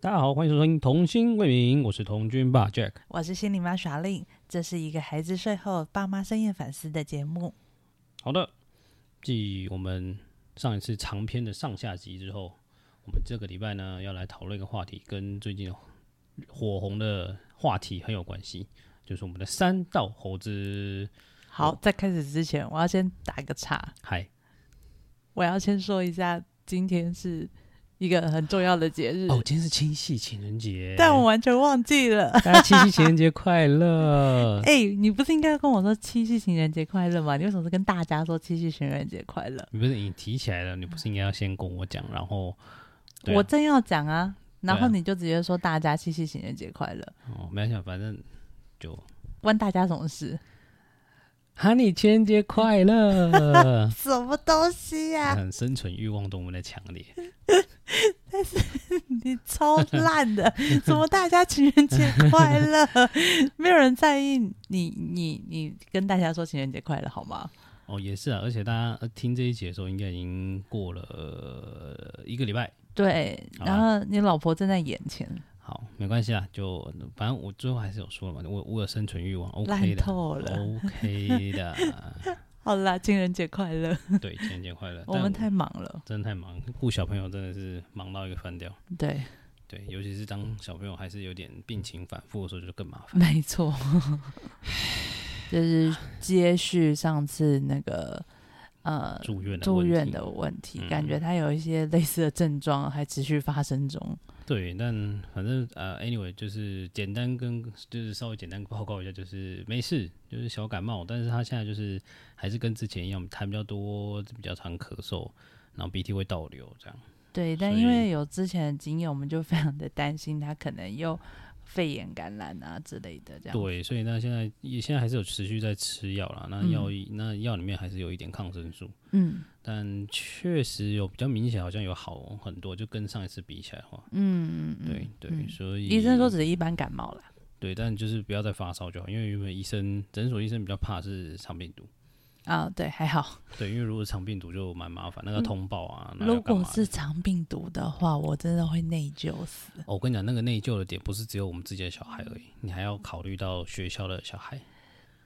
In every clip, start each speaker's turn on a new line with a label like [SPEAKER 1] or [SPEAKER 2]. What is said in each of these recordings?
[SPEAKER 1] 大家好，欢迎收听《童心未泯》，我是童军爸 Jack。
[SPEAKER 2] 我是心理妈耍令，这是一个孩子睡后爸妈深夜反思的节目。
[SPEAKER 1] 好的，继我们上一次长篇的上下集之后，我们这个礼拜呢要来讨论一个话题，跟最近火红的话题很有关系，就是我们的三道猴子。
[SPEAKER 2] 好，
[SPEAKER 1] 哦
[SPEAKER 2] 在开始之前，我要先打个岔，
[SPEAKER 1] 嗨，
[SPEAKER 2] 我要先说一下，今天是一个很重要的节日，
[SPEAKER 1] 哦，今天是七夕情人节，
[SPEAKER 2] 但我完全忘记了。
[SPEAKER 1] 大家七夕情人节快 乐！
[SPEAKER 2] 哎、你不是应该跟我说七夕情人节快乐吗？你为什么是跟大家说七夕情人节快乐？
[SPEAKER 1] 你不是你提起来了，你不是应该要先跟我讲，然后、对啊
[SPEAKER 2] 我正要讲啊，然后
[SPEAKER 1] 对啊
[SPEAKER 2] 你就直接说大家七夕情人节快乐，
[SPEAKER 1] 哦，没关系，反正就
[SPEAKER 2] 关大家什么事？。
[SPEAKER 1] 喊你情人节快乐
[SPEAKER 2] 什么东西呀、
[SPEAKER 1] 很生存欲望多么的强烈，
[SPEAKER 2] 你超烂的， 怎么大家情人节快乐？ 没有人在意你，你你跟大家说情人节快乐好吗？
[SPEAKER 1] 哦，也是啊，而且大家呃听这一节的时候，应该已经过了呃一个礼拜。
[SPEAKER 2] 对，
[SPEAKER 1] 好啊
[SPEAKER 2] 然后你老婆正在眼前，
[SPEAKER 1] 好，没关系啊，就反正我最后还是有说嘛，我我有生存欲望，OK
[SPEAKER 2] 烂
[SPEAKER 1] 的
[SPEAKER 2] 透了。
[SPEAKER 1] ，OK 的。
[SPEAKER 2] 好啦，情人节快乐，
[SPEAKER 1] 对，情人节快乐！
[SPEAKER 2] 我
[SPEAKER 1] 但
[SPEAKER 2] 们太忙了。
[SPEAKER 1] 真的太忙，顾小朋友真的是忙到一个翻掉。
[SPEAKER 2] 对，
[SPEAKER 1] 对，尤其是当小朋友还是有点病情反复的时候，就更麻烦。
[SPEAKER 2] 没错，就是接续上次那个呃
[SPEAKER 1] 住院的
[SPEAKER 2] 住
[SPEAKER 1] 问
[SPEAKER 2] 院
[SPEAKER 1] 题
[SPEAKER 2] 的问题，
[SPEAKER 1] 嗯
[SPEAKER 2] 感觉他有一些类似的症状还持续发生中。
[SPEAKER 1] 对，但反正呃，anyway，就是简单跟就是稍微简单报告一下，就是没事，就是小感冒，但是他现在就是还是跟之前一样，痰比较多，比较常咳嗽，然后鼻涕会倒流这样。
[SPEAKER 2] 对，但
[SPEAKER 1] 所
[SPEAKER 2] 因
[SPEAKER 1] 以
[SPEAKER 2] 为有之前的经验，我们就非常的担心他可能又肺炎感染啊之类的，这样。
[SPEAKER 1] 对，所以那现在也现在还是有持续在吃药啦，那药、那药里面还是有一点抗生素，
[SPEAKER 2] 嗯
[SPEAKER 1] 但确实有比较明显，好像有好很多，就跟上一次比起来的话，
[SPEAKER 2] 嗯嗯，嗯
[SPEAKER 1] 对对，
[SPEAKER 2] 嗯
[SPEAKER 1] 所以
[SPEAKER 2] 医生说只是一般感冒啦。
[SPEAKER 1] 对，但就是不要再发烧就好，因为原本医生诊所医生比较怕是肠病毒。
[SPEAKER 2] 啊，对，还好。
[SPEAKER 1] 对，因为如果是肠病毒就蛮麻烦，那个通报啊，那要
[SPEAKER 2] 如
[SPEAKER 1] 干
[SPEAKER 2] 果
[SPEAKER 1] 嘛
[SPEAKER 2] 是
[SPEAKER 1] 的
[SPEAKER 2] 肠病毒的话，我真的会内疚死。
[SPEAKER 1] 哦我跟你讲，那个内疚的点不是只有我们自己的小孩而已，你还要考虑到学校的小孩。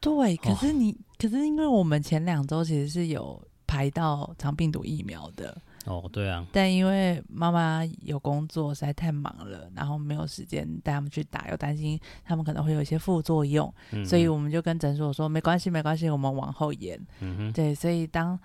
[SPEAKER 2] 对，可
[SPEAKER 1] 哦
[SPEAKER 2] 是你，可是因为我们前两周其实是有排到肠病毒疫苗的，
[SPEAKER 1] 哦，对啊，
[SPEAKER 2] 但因为妈妈有工作，实在太忙了，然后没有时间带他们去打，又担心他们可能会有一些副作用，
[SPEAKER 1] 嗯、
[SPEAKER 2] 所以我们就跟诊所说没关系，没关系，我们往后延。
[SPEAKER 1] 嗯哼，
[SPEAKER 2] 对，所以当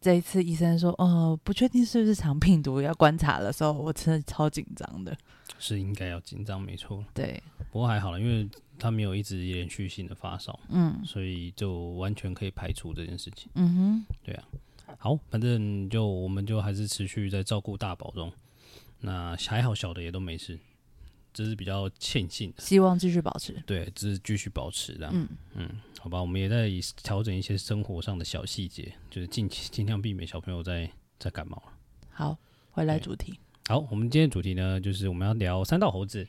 [SPEAKER 2] 这一次医生说哦，不确定是不是肠病毒，要观察的时候，我真的超紧张的。
[SPEAKER 1] 是应该要紧张，没错。
[SPEAKER 2] 对，
[SPEAKER 1] 不过还好了，因为他没有一直连续性的发烧，
[SPEAKER 2] 嗯
[SPEAKER 1] 所以就完全可以排除这件事情。
[SPEAKER 2] 嗯哼，
[SPEAKER 1] 好，反正就我们就还是持续在照顾大宝中，那还好小的也都没事，这是比较庆幸的。
[SPEAKER 2] 希望继续保持。
[SPEAKER 1] 对，只是继续保持这样。
[SPEAKER 2] 嗯，
[SPEAKER 1] 好吧，我们也在调整一些生活上的小细节，就是尽尽量避免小朋友在在感冒了
[SPEAKER 2] 好，回来
[SPEAKER 1] 对
[SPEAKER 2] 主题。
[SPEAKER 1] 好，我们今天的主题呢，就是我们要聊三道猴子，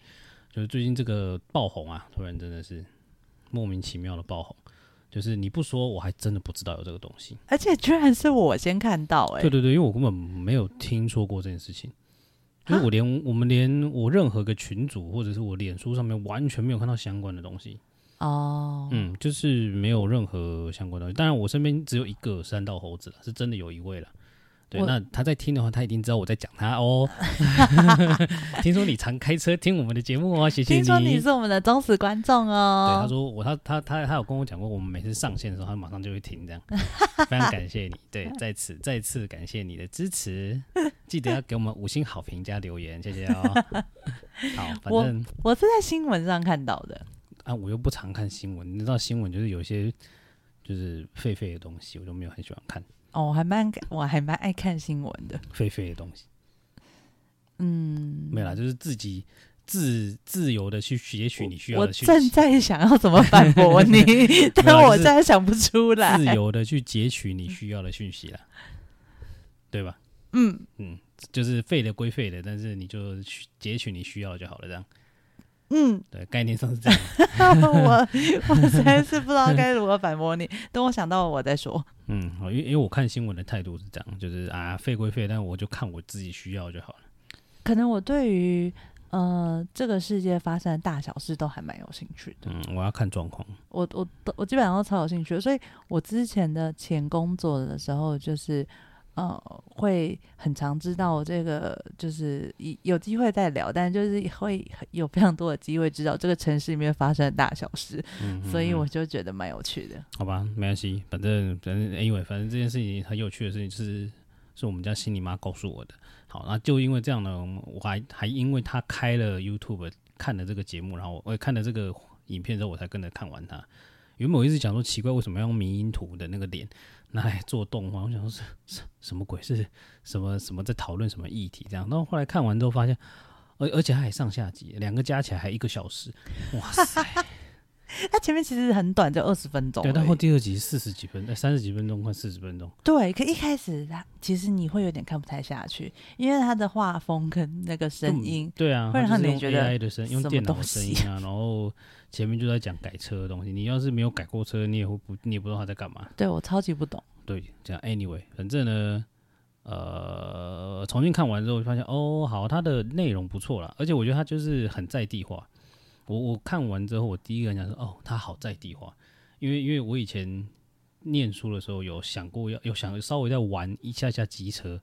[SPEAKER 1] 就是最近这个爆红啊，突然真的是莫名其妙的爆红，就是你不说我还真的不知道有这个东西。
[SPEAKER 2] 而且居然是我先看到、
[SPEAKER 1] 对
[SPEAKER 2] 哎，
[SPEAKER 1] 对对，因为我根本没有听说过这件事情，就是我连我们连我任何个群组或者是我脸书上面完全没有看到相关的东西。
[SPEAKER 2] 哦，
[SPEAKER 1] 嗯，就是没有任何相关的东西。当然，我身边只有一个山道猴子了，是真的有一位了。对，
[SPEAKER 2] 我
[SPEAKER 1] 那他在听的话，他一定知道我在讲他 哦。听说你常开车听我们的节目哦，谢谢
[SPEAKER 2] 听说你
[SPEAKER 1] 对，
[SPEAKER 2] 是我们的忠实观众哦。
[SPEAKER 1] 他说我他他他他有跟我讲过，我们每次上线的时候，他马上就会停这样。非常感谢你，对，在此再次感谢你的支持，记得要给我们五星好评加留言，谢谢哦。 好，反
[SPEAKER 2] 我
[SPEAKER 1] 正
[SPEAKER 2] 我是在新闻上看到的。
[SPEAKER 1] 啊，我又不常看新闻，你知道新闻就是有一些就是狒狒的东西，我就没有很喜欢看
[SPEAKER 2] 哦，我还蛮我还蛮爱看新闻的，
[SPEAKER 1] 狒狒的东西。
[SPEAKER 2] 嗯，
[SPEAKER 1] 没有啦，就是自己自自由的去学取你需要
[SPEAKER 2] 我
[SPEAKER 1] 的讯
[SPEAKER 2] 正
[SPEAKER 1] 息，
[SPEAKER 2] 在想要怎么反驳 你，
[SPEAKER 1] 没有
[SPEAKER 2] 但
[SPEAKER 1] 啦
[SPEAKER 2] 我
[SPEAKER 1] 就是
[SPEAKER 2] 真的想不出来。
[SPEAKER 1] 自由的去截取你需要的讯息啦，对吧？
[SPEAKER 2] 嗯
[SPEAKER 1] 嗯，就是废的归废的，但是你就去截取你需要的就好了，这样
[SPEAKER 2] 嗯，
[SPEAKER 1] 对，概念上是这样。
[SPEAKER 2] 我我实在是不知道该如何反驳你。等我想到，我再说。
[SPEAKER 1] 嗯，好，因为因为我看新闻的态度是这样，就是啊，废归废，但我就看我自己需要就好了。
[SPEAKER 2] 可能我对于呃，这个世界发生的大小事都还蛮有兴趣的。
[SPEAKER 1] 嗯，我要看状况。
[SPEAKER 2] 我我都我基本上都超有兴趣的，所以我之前的前工作的时候，就是呃，会很常知道这个，就是一有机会再聊，但就是会有非常多的机会知道这个城市里面发生的大小事，
[SPEAKER 1] 嗯，嗯
[SPEAKER 2] 所以
[SPEAKER 1] 嗯
[SPEAKER 2] 我就觉得蛮有趣的。
[SPEAKER 1] 好吧，没关系，反正反正 anyway，反正这件事情很有趣的事情是是我们家心理妈告诉我的。好，那就因为这样呢，我们我还还因为她开了 YouTube 看了这个节目，然后我我也看了这个影片之后，我才跟着看完它。原本我一直想说奇怪，为什么要用迷因图的那个脸拿来做动画？我想说是是什么鬼？是什么什么在讨论什么议题这样？然后后来看完之后发现，而而且它还上下集，两个加起来还一个小时，哇塞！
[SPEAKER 2] 它前面其实很短，就二十分钟而
[SPEAKER 1] 对，
[SPEAKER 2] 已。
[SPEAKER 1] 到后第二集四十几分，哎三、十几分钟，快四十分钟。
[SPEAKER 2] 对，可一开始它其实你会有点看不太下去，因为它的画风跟那个声音，
[SPEAKER 1] 对啊，
[SPEAKER 2] 会让
[SPEAKER 1] 它就是
[SPEAKER 2] 你
[SPEAKER 1] 用
[SPEAKER 2] 觉得
[SPEAKER 1] AI 的声，用
[SPEAKER 2] 什么
[SPEAKER 1] 电脑的
[SPEAKER 2] 东
[SPEAKER 1] 声
[SPEAKER 2] 西
[SPEAKER 1] 音 啊，然后前面就在讲改车的东西。你要是没有改过车，你也会不，你也不知道他在干嘛。
[SPEAKER 2] 对我超级不懂。
[SPEAKER 1] 对，这样 anyway，反正呢，呃，重新看完之后就发现，哦，好，它的内容不错啦，而且我觉得它就是很在地化。我我看完之后，我第一个感想是，哦，它好在地化，因为因为我以前念书的时候有想过要有想稍微再玩一下下机车，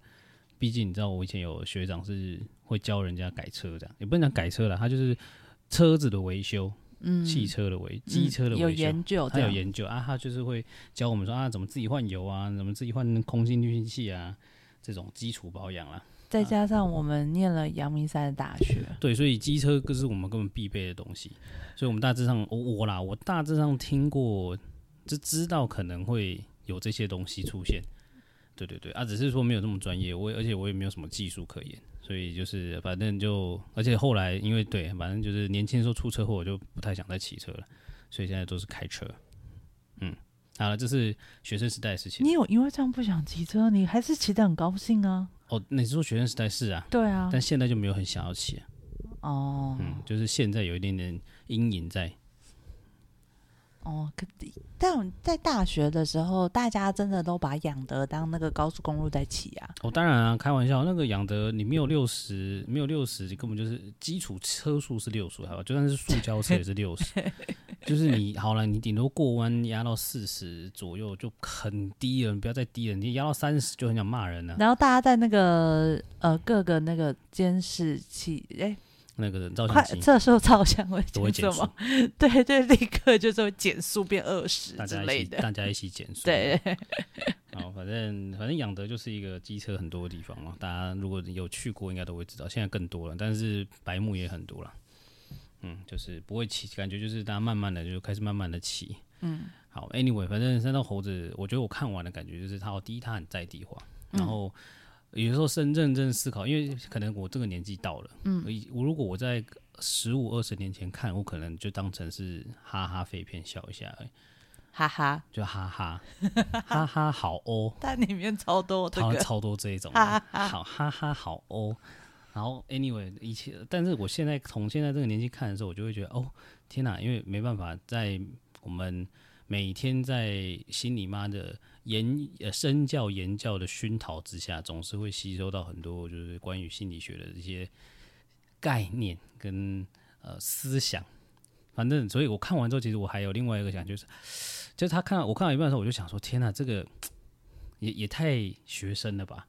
[SPEAKER 1] 毕竟你知道我以前有学长是会教人家改车这样，也不能讲改车啦，他就是车子的维修，
[SPEAKER 2] 嗯，
[SPEAKER 1] 汽车的维，机
[SPEAKER 2] 嗯
[SPEAKER 1] 车的
[SPEAKER 2] 有
[SPEAKER 1] 维修，
[SPEAKER 2] 研究，
[SPEAKER 1] 他有，研究啊，他就是会教我们说啊，怎么自己换油啊，怎么自己换空气滤清器啊，这种基础保养啦。
[SPEAKER 2] 再加上
[SPEAKER 1] 嗯
[SPEAKER 2] 我们念了阳明山的大学，
[SPEAKER 1] 对，所以机车更是我们根本必备的东西。所以我们大致上，我我啦，我大致上听过，就知道可能会有这些东西出现。对对对，啊，只是说没有那么专业，我也而且我也没有什么技术可言，所以就是反正就，而且后来因为对，反正就是年轻的时候出车祸，我就不太想再骑车了，所以现在都是开车。嗯，好了，这是学生时代的事情。
[SPEAKER 2] 你有因为这样不想骑车，你还是骑得很高兴啊？
[SPEAKER 1] 哦，那你是说学生时代是啊，
[SPEAKER 2] 对啊，
[SPEAKER 1] 但现在就没有很想要骑、啊，
[SPEAKER 2] 哦、
[SPEAKER 1] 嗯，就是现在有一点点阴影在。
[SPEAKER 2] 哦，可但在大学的时候，大家真的都把养德当那个高速公路在骑啊。
[SPEAKER 1] 哦，当然啊，开玩笑，那个养德你没有六十，没有六十，你根本就是基础车速是六十，好吧，就算是塑胶车也是六十， 就是你好了，你顶多过弯压到四十左右就很低了，你不要再低了，你压到三十就很想骂人了、
[SPEAKER 2] 然后大家在那个呃各个那个监视器，哎、
[SPEAKER 1] 那个人照
[SPEAKER 2] 快
[SPEAKER 1] 相机
[SPEAKER 2] 这时候照相会
[SPEAKER 1] 都会
[SPEAKER 2] 减
[SPEAKER 1] 减
[SPEAKER 2] 什
[SPEAKER 1] 速
[SPEAKER 2] 么，？对对，立刻就是会减速变二十
[SPEAKER 1] 大
[SPEAKER 2] 之
[SPEAKER 1] 家一
[SPEAKER 2] 类
[SPEAKER 1] 起
[SPEAKER 2] 的。
[SPEAKER 1] 大家一起减速。
[SPEAKER 2] 对，
[SPEAKER 1] 好，反正反正养德就是一个机车很多的地方嘛，大家如果有去过，应该都会知道。现在更多了，但是白目也很多了。嗯，就是不会骑，感觉就是大家慢慢的就开始慢慢的骑。
[SPEAKER 2] 嗯，
[SPEAKER 1] 好，anyway，反正三道猴子，我觉得我看完的感觉就是它第一它很在地化，然后有时候深圳真的思考，因为可能我这个年纪到了，嗯，我如果我在十五二十年前看，我可能就当成是哈哈废片笑一下而已，
[SPEAKER 2] 哈哈，
[SPEAKER 1] 就哈哈 哈哈好哦。
[SPEAKER 2] 但里面超多这
[SPEAKER 1] 好像
[SPEAKER 2] 个，
[SPEAKER 1] 超多这一 种的，好哈哈，好哦。然后 anyway，一切，但是我现在从现在这个年纪看的时候，我就会觉得哦，天哪，因为没办法，在我们每天在心理妈的言呃身教言教的熏陶之下，总是会吸收到很多就是关于心理学的一些概念跟呃思想。反正，所以我看完之后，其实我还有另外一个想，就是， 就是他看到我看到一半的时候，我就想说，天哪，这个也也太学生了吧！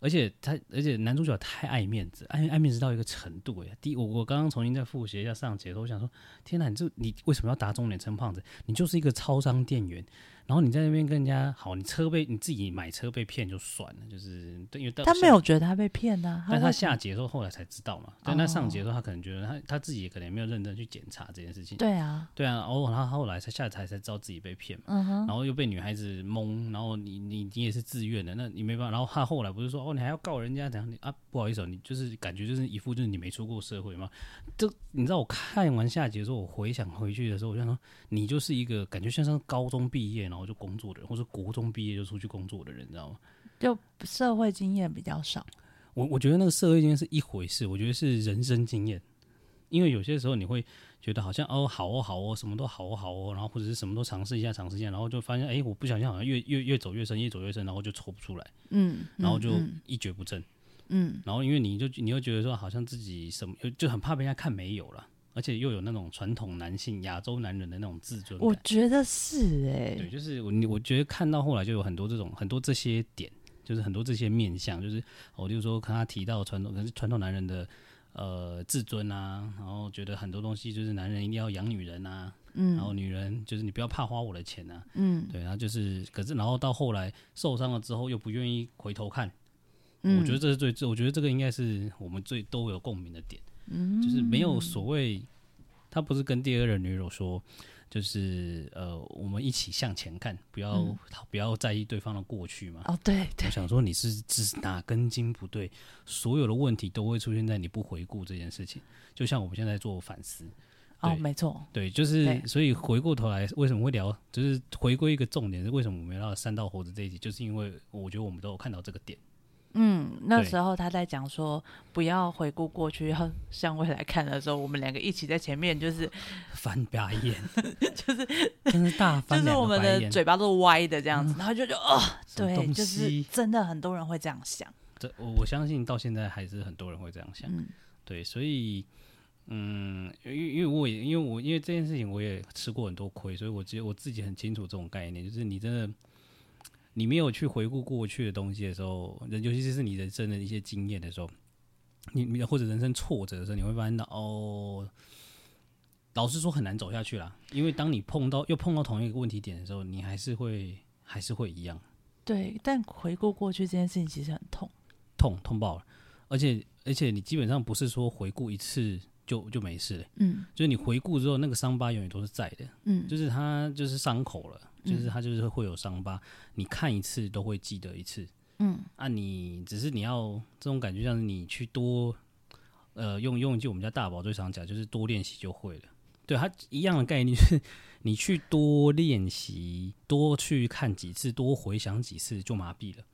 [SPEAKER 1] 而且他，而且男主角太爱面子，爱爱面子到一个程度哎。第一，我我刚刚重新再复习一下上节的时候，我想说，天哪，你这你为什么要打肿脸撑胖子？你就是一个超商店员，然后你在那边跟人家好，你车被你自己买车被骗就算了，就是对因为到
[SPEAKER 2] 他没有觉得他哦被骗呐、啊，
[SPEAKER 1] 但
[SPEAKER 2] 为
[SPEAKER 1] 他
[SPEAKER 2] 什么
[SPEAKER 1] 下节的时候后来才知道嘛，但他上节的时候他可能觉得他他自己也可能也没有认真去检查这件事情。
[SPEAKER 2] 对啊，
[SPEAKER 1] 对啊，哦，他后来才下台才知道自己被骗嘛，然后又被女孩子蒙，然后你你你也是自愿的，那你没办法。然后他后来不是说哦，你还要告人家怎样？你啊，不好意思、哦，你就是感觉就是一副就是你没出过社会嘛。这你知道我看完下集的时候，我回想回去的时候，我就想说你就是一个感觉像是高中毕业然后就工作的人，或者国中毕业就出去工作的人，你知道吗？
[SPEAKER 2] 就社会经验比较少。
[SPEAKER 1] 我我觉得那个社会经验是一回事，我觉得是人生经验，因为有些时候你会觉得好像哦好哦好哦什么都好哦好哦，然后或者是什么都尝试一下尝试一下，然后就发现哎我不小心好像越越越走越深，越走越深，然后就抽不出来，
[SPEAKER 2] 嗯，
[SPEAKER 1] 然后
[SPEAKER 2] 嗯
[SPEAKER 1] 就
[SPEAKER 2] 嗯
[SPEAKER 1] 一蹶不振。
[SPEAKER 2] 嗯，
[SPEAKER 1] 然后因为你就你又觉得说好像自己什么就就很怕被人家看没有了，而且又有那种传统男性亚洲男人的那种自尊
[SPEAKER 2] 我
[SPEAKER 1] 感。
[SPEAKER 2] 觉得是哎、
[SPEAKER 1] 对，就是我你我觉得看到后来就有很多这种很多这些点，就是很多这些面相，就是我就说看他提到传统，可是传统男人的呃自尊啊，然后觉得很多东西就是男人一定要养女人啊，然后
[SPEAKER 2] 嗯
[SPEAKER 1] 女人就是你不要怕花我的钱啊，
[SPEAKER 2] 嗯
[SPEAKER 1] 对，然后就是可是然后到后来受伤了之后又不愿意回头看，
[SPEAKER 2] 嗯，
[SPEAKER 1] 我觉得这是最，最我觉得这个应该是我们最都有共鸣的点，
[SPEAKER 2] 嗯
[SPEAKER 1] 就是没有所谓，他不是跟第二任女友说，就是呃，我们一起向前看，不要、
[SPEAKER 2] 嗯
[SPEAKER 1] 不要在意对方的过去嘛。
[SPEAKER 2] 哦对对
[SPEAKER 1] 我想说你是是哪根筋不对，所有的问题都会出现在你不回顾这件事情。就像我们现在做反思，
[SPEAKER 2] 哦
[SPEAKER 1] 对
[SPEAKER 2] 没错，
[SPEAKER 1] 对，就是
[SPEAKER 2] 对
[SPEAKER 1] 所以回过头来，为什么会聊？就是回归一个重点是为什么我们要聊三道猴子这一集，就是因为我觉得我们都有看到这个点。
[SPEAKER 2] 嗯，那
[SPEAKER 1] 对
[SPEAKER 2] 时候他在讲说不要回顾过去，要向未来看的时候，我们两个一起在前面，就是
[SPEAKER 1] 翻白眼， 就是真是大
[SPEAKER 2] 就
[SPEAKER 1] 翻
[SPEAKER 2] 是
[SPEAKER 1] 两
[SPEAKER 2] 我
[SPEAKER 1] 个
[SPEAKER 2] 们
[SPEAKER 1] 白
[SPEAKER 2] 的
[SPEAKER 1] 眼。嗯
[SPEAKER 2] 嘴巴都歪的这样子，然后就觉得哦，
[SPEAKER 1] 什么
[SPEAKER 2] 对，
[SPEAKER 1] 东
[SPEAKER 2] 就是
[SPEAKER 1] 西
[SPEAKER 2] 真的很多人会这样想，
[SPEAKER 1] 这我我相信到现在还是很多人会这样想。
[SPEAKER 2] 嗯
[SPEAKER 1] 对，所以嗯，因为因为我也因为我因为这件事情我也吃过很多亏，所以我觉得我自己很清楚这种概念，就是你真的。你没有去回顾过去的东西的时候，人尤其是你人生的一些经验的时候，你你或者人生挫折的时候，你会发现到哦，老实说很难走下去啦。因为当你碰到又碰到同一个问题点的时候，你还是会还是会一样。
[SPEAKER 2] 对，但回顾过去这件事情其实很痛，
[SPEAKER 1] 痛痛爆了，而且而且你基本上不是说回顾一次就就没事了，
[SPEAKER 2] 嗯
[SPEAKER 1] 就是你回顾之后那个伤疤永远都是在的，
[SPEAKER 2] 嗯，
[SPEAKER 1] 就是它就是伤口了，就是
[SPEAKER 2] 嗯
[SPEAKER 1] 它就是会有伤疤，你看一次都会记得一次
[SPEAKER 2] 嗯
[SPEAKER 1] 啊，你只是你要这种感觉像是你去多，呃，用用一句我们家大宝最常讲就是多练习就会了。对它一样的概念，就是你去多练习，多去看几次，多回想几次，就麻痹了。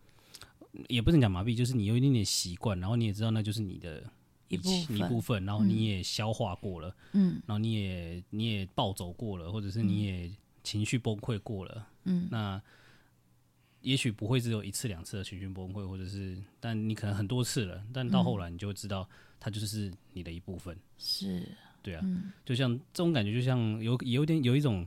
[SPEAKER 1] 也不能讲麻痹，就是你有一点点习惯，然后你也知道那就是你的
[SPEAKER 2] 一部
[SPEAKER 1] 一部
[SPEAKER 2] 分，
[SPEAKER 1] 分，然后你也消化过了，
[SPEAKER 2] 嗯
[SPEAKER 1] 然后你也你也暴走过了，或者是你也情绪崩溃过了，
[SPEAKER 2] 嗯
[SPEAKER 1] 那也许不会只有一次两次的情绪崩溃，或者是，但你可能很多次了，但到后来你就会知道，它就是你的一部分，
[SPEAKER 2] 是，
[SPEAKER 1] 对啊，
[SPEAKER 2] 嗯
[SPEAKER 1] 就像这种感觉，就像有有点有一种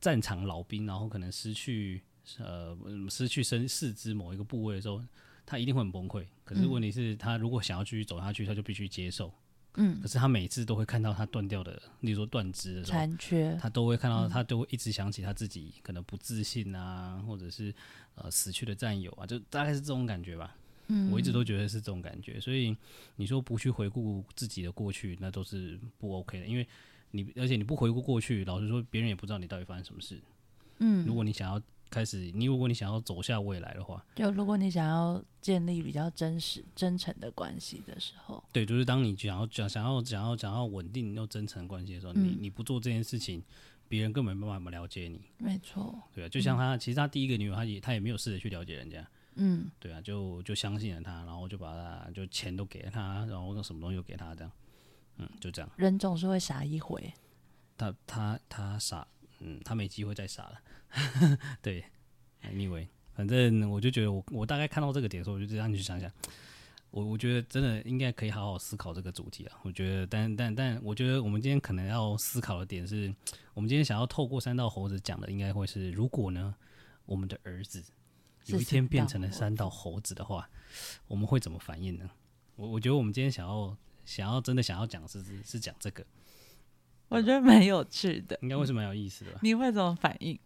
[SPEAKER 1] 战场老兵，然后可能失去呃嗯失去身四肢某一个部位的时候，他一定会很崩溃。可是问题是，他如果想要继续走下去，他就必须接受。
[SPEAKER 2] 嗯
[SPEAKER 1] 可是他每次都会看到他断掉的，例如说断肢的时候，
[SPEAKER 2] 残缺，
[SPEAKER 1] 他都会看到，他都会一直想起他自己可能不自信啊，或者是呃死去的战友啊，就大概是这种感觉吧。
[SPEAKER 2] 嗯，
[SPEAKER 1] 我一直都觉得是这种感觉，所以你说不去回顾自己的过去，那都是不 OK 的，因为你而且你不回顾过去，老实说，别人也不知道你到底发生什么事。
[SPEAKER 2] 嗯，
[SPEAKER 1] 如果你想要开始，你如果你想要走下未来的话，
[SPEAKER 2] 就如果你想要建立比较真实、真诚的关系的时候，
[SPEAKER 1] 对，就是当你想要想想要想要想要稳定又真诚的关系的时候，你
[SPEAKER 2] 嗯
[SPEAKER 1] 你不做这件事情，别人根本没办法了解你，
[SPEAKER 2] 没错，
[SPEAKER 1] 对啊，就像他，其实他第一个女友，他也他也没有试着去了解人家，
[SPEAKER 2] 嗯
[SPEAKER 1] 对啊，就就相信了他，然后就把他就钱都给了他，然后什么东西都给他，这样，嗯，就这样。
[SPEAKER 2] 人总是会傻一回，
[SPEAKER 1] 他他他傻，嗯，他没机会再傻了。 对，anyway，反正我就觉得我我大概看到这个点的时候，我就这样去想想，我我觉得真的应该可以好好思考这个主题啊。我觉得，但但但我觉得我们今天可能要思考的点是，我们今天想要透过三道猴子讲的，应该会是如果呢，我们的儿子有一
[SPEAKER 2] 是
[SPEAKER 1] 天
[SPEAKER 2] 三
[SPEAKER 1] 变
[SPEAKER 2] 道
[SPEAKER 1] 成了
[SPEAKER 2] 猴
[SPEAKER 1] 三道猴子的话，我们会怎么反应呢？我我觉得我们今天想要想要真的想要讲是是是讲这个，
[SPEAKER 2] 我觉得蛮有趣的。
[SPEAKER 1] 应该会是蛮有意思的吧。
[SPEAKER 2] 你会怎么反应？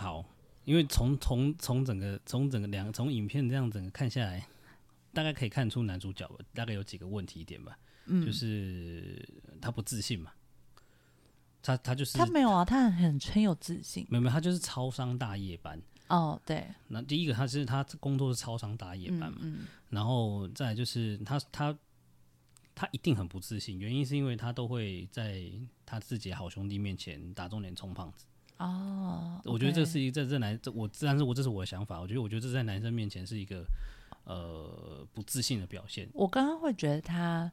[SPEAKER 1] 好，因为从从从整个从整个两从影片这样整个看下来，大概可以看出男主角吧大概有几个问题点吧，
[SPEAKER 2] 嗯，
[SPEAKER 1] 就是他不自信嘛，他他就是
[SPEAKER 2] 他没有啊，他很很有自信。
[SPEAKER 1] 没有没有他就是超商大夜班。
[SPEAKER 2] 哦，对，
[SPEAKER 1] 那第一个他是他工作是超商大夜班
[SPEAKER 2] 嗯
[SPEAKER 1] 嘛，
[SPEAKER 2] 嗯
[SPEAKER 1] 然后再来就是他他他一定很不自信，原因是因为他都会在他自己的好兄弟面前打肿脸充胖子。
[SPEAKER 2] 哦，
[SPEAKER 1] 我觉得这
[SPEAKER 2] OK
[SPEAKER 1] 是一这这男这我但是我这是我的想法，我觉得我觉得这在男生面前是一个呃不自信的表现。
[SPEAKER 2] 呃我刚刚会觉得他，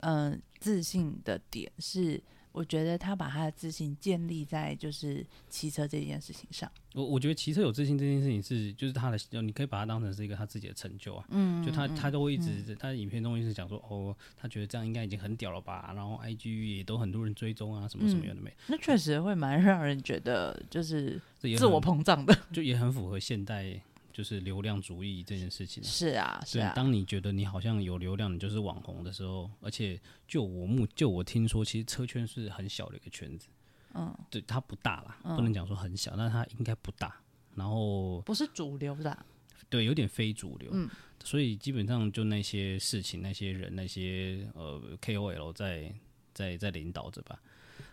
[SPEAKER 2] 嗯、自信的点是我觉得他把他的自信建立在就是骑车这件事情上。
[SPEAKER 1] 我我觉得骑车有自信这件事情是，就是他的，你可以把它当成是一个他自己的成就啊。嗯，就他他都会一直，他的影片中一直讲说，哦，他觉得这样应该已经很屌了吧，然后 IG 也都很多人追踪啊，什么什么有的没，
[SPEAKER 2] 那确实会蛮让人觉得就是
[SPEAKER 1] 这也
[SPEAKER 2] 自我
[SPEAKER 1] 很
[SPEAKER 2] 膨胀的。
[SPEAKER 1] 就也很符合现代就是流量主义这件事情啊。
[SPEAKER 2] 是啊，是
[SPEAKER 1] 对，
[SPEAKER 2] 啊，
[SPEAKER 1] 当你觉得你好像有流量，你就是网红的时候，而且就我目就我听说，其实车圈是很小的一个圈子，嗯，对，它不大啦，
[SPEAKER 2] 嗯
[SPEAKER 1] 不能讲说很小，但它应该不大。然后
[SPEAKER 2] 不是主流的啊、
[SPEAKER 1] 对，有点非主流，
[SPEAKER 2] 嗯
[SPEAKER 1] 所以基本上就那些事情、那些人、那些呃 KOL 在在在领导着吧。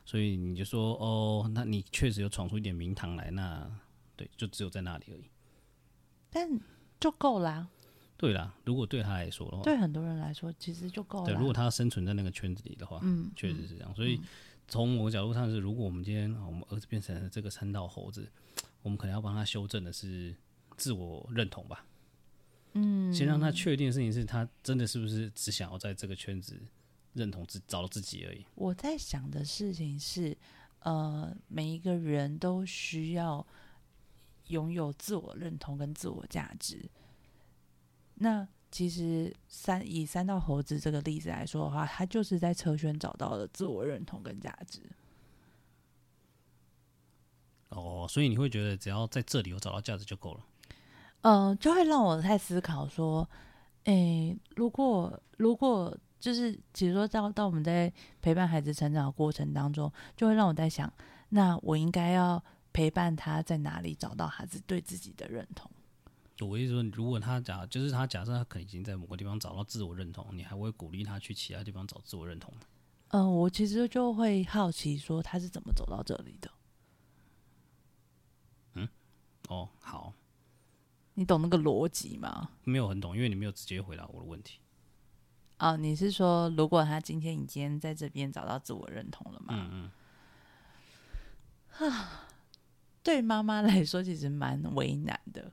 [SPEAKER 1] 所以你就说哦，那你确实有闯出一点名堂来，那对，就只有在那里而已。
[SPEAKER 2] 但就够啦、
[SPEAKER 1] 对啦，如果对他来说的话，
[SPEAKER 2] 对很多人来说其实就够
[SPEAKER 1] 哦对，
[SPEAKER 2] 啦
[SPEAKER 1] 如果他生存在那个圈子里的话，哦嗯，确实是这样。所以从某个角度上是，如果我们今天啊，我们儿子变成了这个三道猴子，我们可能要帮他修正的是自我认同吧。嗯，先让他确定的事情是他真的是不是只想要在这个圈子认同自找到自己而已。
[SPEAKER 2] 我在想的事情是，呃，每一个人都需要拥有自我认同跟自我价值。那其实三以三道猴子这个例子来说的话，他就是在车圈找到了自我认同跟价值。
[SPEAKER 1] 哦，所以你会觉得只要在这里有找到价值就够了。
[SPEAKER 2] 嗯、就会让我在思考说，诶、如果如果就是，其实说到到我们在陪伴孩子成长的过程当中，就会让我在想，那我应该要陪伴他在哪里找到孩子对自己的认同？
[SPEAKER 1] 我意思说，如果他假就是他假设他可能已经在某个地方找到自我认同，你还会鼓励他去其他地方找自我认同吗？
[SPEAKER 2] 嗯、我其实就会好奇说他是怎么走到这里的，
[SPEAKER 1] 哦，好，
[SPEAKER 2] 你懂那个逻辑吗？
[SPEAKER 1] 没有很懂，因为你没有直接回答我的问题。
[SPEAKER 2] 啊，你是说如果他今天已经在这边找到自我认同了吗？
[SPEAKER 1] 嗯嗯，
[SPEAKER 2] 对妈妈来说其实蛮为难的。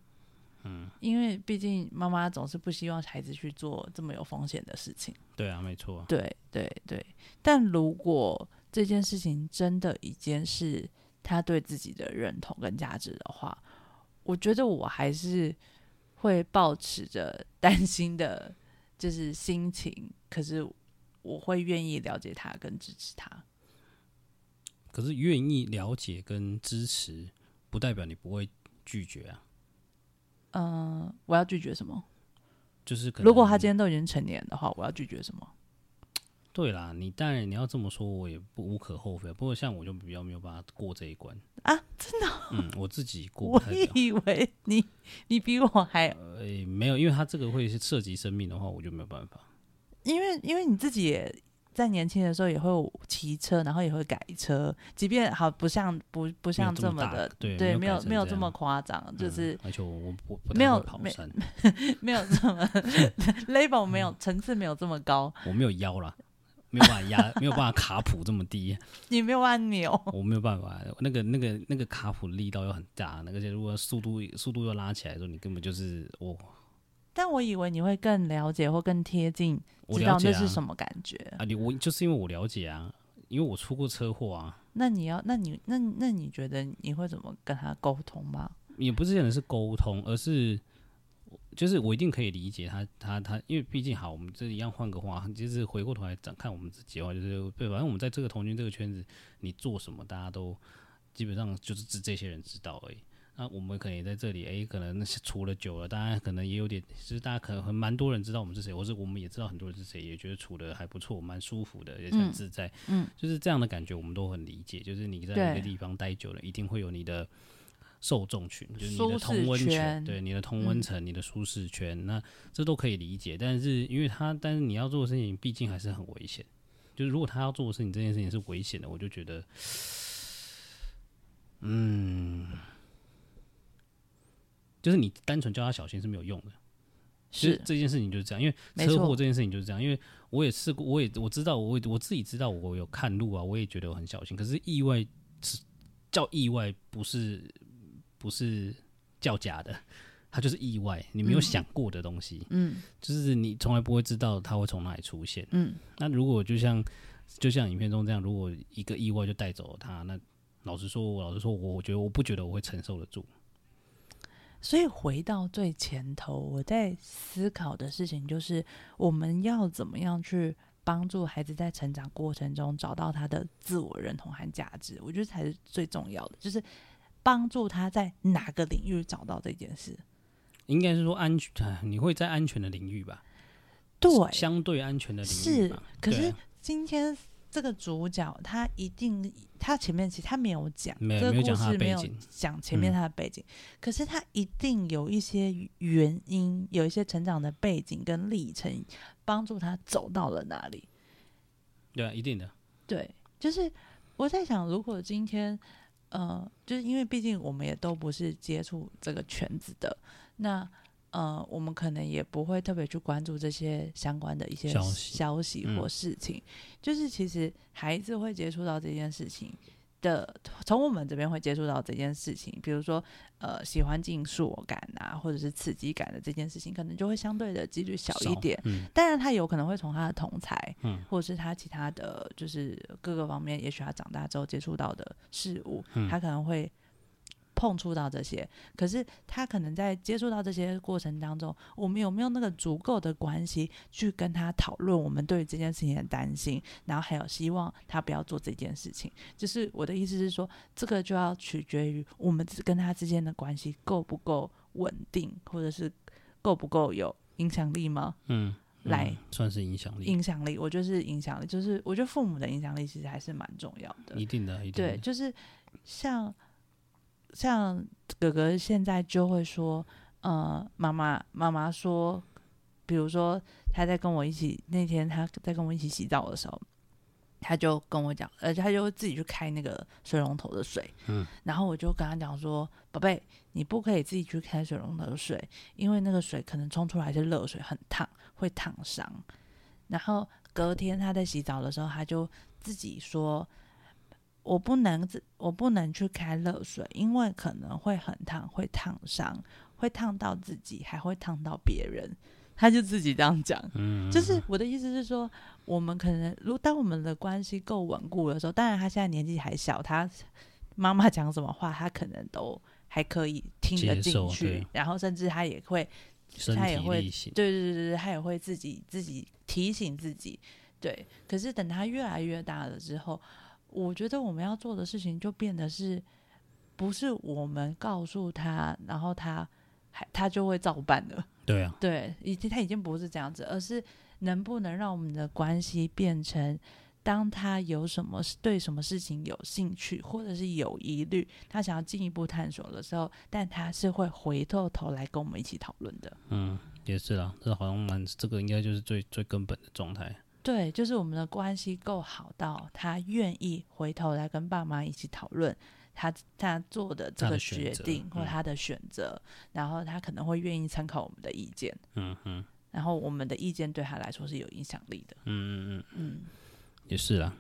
[SPEAKER 2] 嗯，因为毕竟妈妈总是不希望孩子去做这么有风险的事情。
[SPEAKER 1] 对啊，没错啊。
[SPEAKER 2] 对对对，但如果这件事情真的已经是他对自己的认同跟价值的话，我觉得我还是会保持着 担心的，就是心情。可是我会愿意了解他跟支持他。
[SPEAKER 1] 可是愿意了解跟支持，不代表你不会拒绝啊。
[SPEAKER 2] 嗯、我要拒绝什么？
[SPEAKER 1] 就是可能
[SPEAKER 2] 如果他今天都已经成年的话，我要拒绝什么？
[SPEAKER 1] 对啦，你当然你要这么说，我也不无可厚非。啊不过像我就比较没有办法过这一关
[SPEAKER 2] 啊，
[SPEAKER 1] 真的、嗯，我自己过
[SPEAKER 2] 我
[SPEAKER 1] 不太了。
[SPEAKER 2] 以为你你比我还，
[SPEAKER 1] 呃，没有，因为他这个会是涉及生命的话，我就没有办法。
[SPEAKER 2] 因为因为你自己也在年轻的时候也会骑车，然后也会改车，即便好不像不不像
[SPEAKER 1] 没有这么
[SPEAKER 2] 么
[SPEAKER 1] 大
[SPEAKER 2] 的，
[SPEAKER 1] 对
[SPEAKER 2] 对，
[SPEAKER 1] 没
[SPEAKER 2] 没
[SPEAKER 1] 有改
[SPEAKER 2] 有
[SPEAKER 1] 成
[SPEAKER 2] 没有
[SPEAKER 1] 这
[SPEAKER 2] 这么
[SPEAKER 1] 样
[SPEAKER 2] 夸张，就是
[SPEAKER 1] 嗯而且我我我不太
[SPEAKER 2] 没有
[SPEAKER 1] 会跑
[SPEAKER 2] 没
[SPEAKER 1] 山，
[SPEAKER 2] 没有这 么 level 没有
[SPEAKER 1] 嗯
[SPEAKER 2] 层次没有这么高，
[SPEAKER 1] 我没有腰啦，没有办法压， 没有办法卡普这么低。
[SPEAKER 2] 你没有按钮，
[SPEAKER 1] 我没有办法，那个那个那个卡普力道要很大，那个如果速度速度要拉起来的时候，你根本就是哦我
[SPEAKER 2] 但我以为你会更了解或更贴近，
[SPEAKER 1] 我
[SPEAKER 2] 知
[SPEAKER 1] 了
[SPEAKER 2] 道
[SPEAKER 1] 解
[SPEAKER 2] 那
[SPEAKER 1] 啊
[SPEAKER 2] 是什么感觉。
[SPEAKER 1] 啊，你我就是因为我了解啊，因为我出过车祸啊，
[SPEAKER 2] 那你要，那你那那你觉得你会怎么跟他沟通吗？
[SPEAKER 1] 也不是真的是沟通，而是就是我一定可以理解他他他，因为毕竟好，我们这一样换个话，就是回过头来讲看我们自己的话，就是对，反正我们在这个童军这个圈子，你做什么大家都基本上就是只这些人知道而已。那我们可能也在这里，诶，可能那些除了久了，大家可能也有点，就是大家可能很蛮多人知道我们是谁，或是我们也知道很多人是谁，也觉得处的还不错，蛮舒服的，也是很自在，嗯，就是这样的感觉，我们都很理解。就是你在一
[SPEAKER 2] 对
[SPEAKER 1] 个地方待久了，一定会有你的受众群，就是你
[SPEAKER 2] 舒
[SPEAKER 1] 的
[SPEAKER 2] 适
[SPEAKER 1] 同温
[SPEAKER 2] 圈嗯
[SPEAKER 1] 圈，对你的同温层、你的舒适圈，那这都可以理解。但是因为他，但是你要做的事情，毕竟还是很危险。就是如果他要做的事情，这件事情是危险的，我就觉得，嗯，就是你单纯叫他小心是没有用的。其实
[SPEAKER 2] 是
[SPEAKER 1] 这件事情就是这样，因
[SPEAKER 2] 没
[SPEAKER 1] 为车
[SPEAKER 2] 错
[SPEAKER 1] 祸这件事情就是这样，因为我也试过，我也我知道，我也我自己知道，我有看路啊，我也觉得我很小心。可是意外是叫意外，不是不是叫假的，它就是意外，你没有想过的东西，
[SPEAKER 2] 嗯
[SPEAKER 1] 就是你从来不会知道它会从哪里出现。
[SPEAKER 2] 嗯，
[SPEAKER 1] 那如果就像就像影片中这样，如果一个意外就带走了他，那老实说，我老实说，我我觉得我不觉得我会承受得住。
[SPEAKER 2] 所以回到最前头，我在思考的事情就是，我们要怎么样去帮助孩子在成长过程中找到他的自我认同和价值？我觉得才是最重要的，就是帮助他在哪个领域找到这件事。
[SPEAKER 1] 应该是说安全，啊你会在安全的领域吧？
[SPEAKER 2] 对，
[SPEAKER 1] 相对安全的领域
[SPEAKER 2] 是
[SPEAKER 1] 吧。，
[SPEAKER 2] 可
[SPEAKER 1] 对
[SPEAKER 2] 是
[SPEAKER 1] 啊
[SPEAKER 2] 今天这个主角他一定，他前面其实他没有讲，
[SPEAKER 1] 没有
[SPEAKER 2] 这
[SPEAKER 1] 没
[SPEAKER 2] 个
[SPEAKER 1] 有
[SPEAKER 2] 故
[SPEAKER 1] 讲他的
[SPEAKER 2] 事没
[SPEAKER 1] 背
[SPEAKER 2] 有
[SPEAKER 1] 景
[SPEAKER 2] 讲前面
[SPEAKER 1] 嗯
[SPEAKER 2] 他的背景，可是他一定有一些原因，有一些成长的背景跟历程，帮助他走到了哪里。
[SPEAKER 1] 对啊，一定的。
[SPEAKER 2] 对，就是我在想，如果今天，呃，就是因为毕竟我们也都不是接触这个圈子的，那呃，我们可能也不会特别去关注这些相关的一些
[SPEAKER 1] 消息
[SPEAKER 2] 消息
[SPEAKER 1] 嗯
[SPEAKER 2] 或事情。就是其实孩子会接触到这件事情。的从我们这边会接触到这件事情，比如说，呃，喜欢竞速感啊，或者是刺激感的这件事情，可能就会相对的几率小一
[SPEAKER 1] 少
[SPEAKER 2] 点。
[SPEAKER 1] 嗯，
[SPEAKER 2] 当然，他有可能会从他的同才，
[SPEAKER 1] 嗯
[SPEAKER 2] 或者是他其他的就是各个方面，也许他长大之后接触到的事物，
[SPEAKER 1] 嗯
[SPEAKER 2] 他可能会碰触到这些。可是他可能在接触到这些过程当中，我们有没有那个足够的关系去跟他讨论我们对于这件事情的担心，然后还有希望他不要做这件事情？就是我的意思是说，这个就要取决于我们之跟他之间的关系够不够稳定，或者是够不够有影响力吗？
[SPEAKER 1] 嗯，嗯
[SPEAKER 2] 来
[SPEAKER 1] 算是影响力，
[SPEAKER 2] 影响力，我觉得是影响力，就是我觉得父母的影响力其实还是蛮重要的。
[SPEAKER 1] 一定的，一定
[SPEAKER 2] 对，
[SPEAKER 1] 的。
[SPEAKER 2] 就是像像哥哥现在就会说，呃，妈妈妈妈说，比如说他在跟我一起那天他在跟我一起洗澡的时候，他就跟我讲，而且他就会自己去开那个水龙头的水，
[SPEAKER 1] 嗯，
[SPEAKER 2] 然后我就跟他讲说，宝贝，你不可以自己去开水龙头的水，因为那个水可能冲出来是热水，很烫，会烫伤。然后隔天他在洗澡的时候，他就自己说。我不能自，我不能去开热水，因为可能会很烫，会烫伤，会烫到自己，还会烫到别人。他就自己这样讲，
[SPEAKER 1] 嗯，
[SPEAKER 2] 就是我的意思是说，我们可能如当我们的关系够稳固的时候，当然他现在年纪还小，他妈妈讲什么话，他可能都还可以听得
[SPEAKER 1] 接
[SPEAKER 2] 进
[SPEAKER 1] 受
[SPEAKER 2] 去
[SPEAKER 1] 对，
[SPEAKER 2] 然后甚至他也会
[SPEAKER 1] 身
[SPEAKER 2] 他也
[SPEAKER 1] 体
[SPEAKER 2] 会
[SPEAKER 1] 力行。
[SPEAKER 2] 对对对对，他也会自己自己提醒自己。对，可是等他越来越大了之后，我觉得我们要做的事情就变得是，不是我们告诉他，然后他还他就会照办了。
[SPEAKER 1] 对啊，
[SPEAKER 2] 对，已经他已经不是这样子，而是能不能让我们的关系变成，当他有什么事对什么事情有兴趣，或者是有疑虑，他想要进一步探索的时候，但他是会回过头来跟我们一起讨论的。
[SPEAKER 1] 嗯，也是啦，这好像蛮这个应该就是最最根本的状态。
[SPEAKER 2] 对，就是我们的关系够好到他愿意回头来跟爸妈一起讨论他他做的这
[SPEAKER 1] 他
[SPEAKER 2] 个
[SPEAKER 1] 的选
[SPEAKER 2] 决
[SPEAKER 1] 择
[SPEAKER 2] 定或
[SPEAKER 1] 嗯
[SPEAKER 2] 他的选择，然后他可能会愿意参考我们的意见，
[SPEAKER 1] 嗯嗯
[SPEAKER 2] 然后我们的意见对他来说是有影响力的。
[SPEAKER 1] 嗯嗯嗯，
[SPEAKER 2] 嗯，
[SPEAKER 1] 也是啦。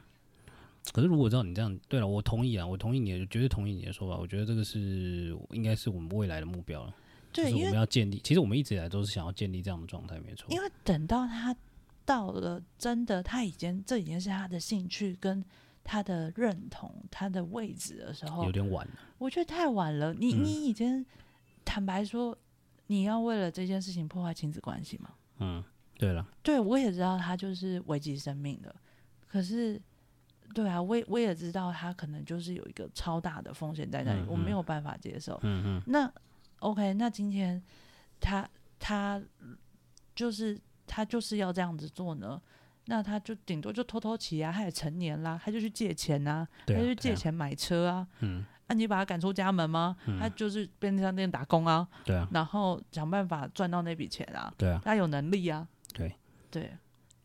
[SPEAKER 1] 可是如果照你这样，对了，我同意啊，我同意你的，绝对同意你的说法。我觉得这个是应该是我们未来的目标了，就
[SPEAKER 2] 对，
[SPEAKER 1] 是我
[SPEAKER 2] 因为
[SPEAKER 1] 们要建立。其实我们一直以来都是想要建立这样的状态，没错。
[SPEAKER 2] 因为等到他到了真的他已经这已经是他的兴趣跟他的认同他的位置的时候
[SPEAKER 1] 有，点晚了，
[SPEAKER 2] 我觉得太晚了。你、
[SPEAKER 1] 嗯
[SPEAKER 2] 你已经坦白说，你要为了这件事情破坏亲子关系吗？
[SPEAKER 1] 嗯，对了，
[SPEAKER 2] 对，我也知道他就是危及生命的，可是，对啊，我也我也知道他可能就是有一个超大的风险在那里，
[SPEAKER 1] 嗯
[SPEAKER 2] 我
[SPEAKER 1] 嗯
[SPEAKER 2] 没有办法接受。
[SPEAKER 1] 嗯嗯，
[SPEAKER 2] 那 OK，那今天他他就是他就是要这样子做呢，那他就顶多就偷偷骑啊，他也成年啦，他就去借钱啊，
[SPEAKER 1] 对啊，
[SPEAKER 2] 他就去
[SPEAKER 1] 对
[SPEAKER 2] 借
[SPEAKER 1] 啊
[SPEAKER 2] 钱买车啊，
[SPEAKER 1] 嗯，
[SPEAKER 2] 那、你把他赶出家门吗？他就是便利商店打工啊，
[SPEAKER 1] 对啊，
[SPEAKER 2] 然后想办法赚到那笔钱啊，
[SPEAKER 1] 对啊。
[SPEAKER 2] 他有能力啊，
[SPEAKER 1] 对
[SPEAKER 2] 对。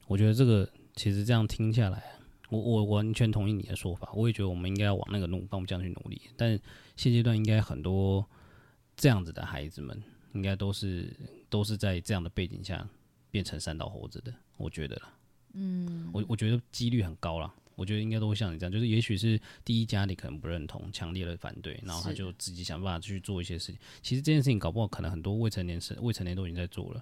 [SPEAKER 1] 我觉得这个其实这样听下来，我我完全同意你的说法，我也觉得我们应该往那个路方向去努力。但现阶段应该很多这样子的孩子们，应该都是都是在这样的背景下变成三道猴子的，我觉得啦。嗯，我我觉得几率很高啦。我觉得应该都会像你这样，就是也许是第一家里可能不认同，强烈的反对，然后他
[SPEAKER 2] 是
[SPEAKER 1] 就自己想办法去做一些事情。其实这件事情搞不好，可能很多未成年是未成年都已经在做了，